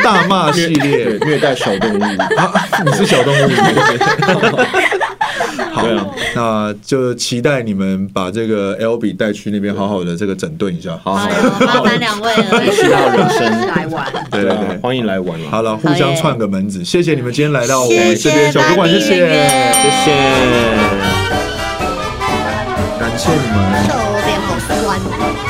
Speaker 3: 大骂系
Speaker 1: 对对对，
Speaker 3: 列，大骂 系列。
Speaker 1: 对虐待小动物。
Speaker 3: 啊，你是小动物。好
Speaker 1: 对啊，
Speaker 3: 那就期待你们把这个 L B 带去那边好好的这个整顿一下。
Speaker 1: 好好
Speaker 2: 哎，呦，麻烦两位 了。
Speaker 1: 希腊人 生
Speaker 4: 来玩。
Speaker 3: 对
Speaker 1: 对
Speaker 3: 对
Speaker 1: 啊
Speaker 3: 对，，
Speaker 1: 欢迎来玩啊！
Speaker 3: 好了，互相串个门子。谢谢你们今天来到我
Speaker 2: 谢
Speaker 3: 们这边，
Speaker 2: 谢
Speaker 3: 小主
Speaker 2: 巴
Speaker 3: 管，
Speaker 2: 蒂
Speaker 3: 谢
Speaker 2: 圆
Speaker 3: 谢，
Speaker 1: 谢
Speaker 2: 圆，
Speaker 1: 谢。
Speaker 3: 感谢你们。
Speaker 2: 手我变好酸。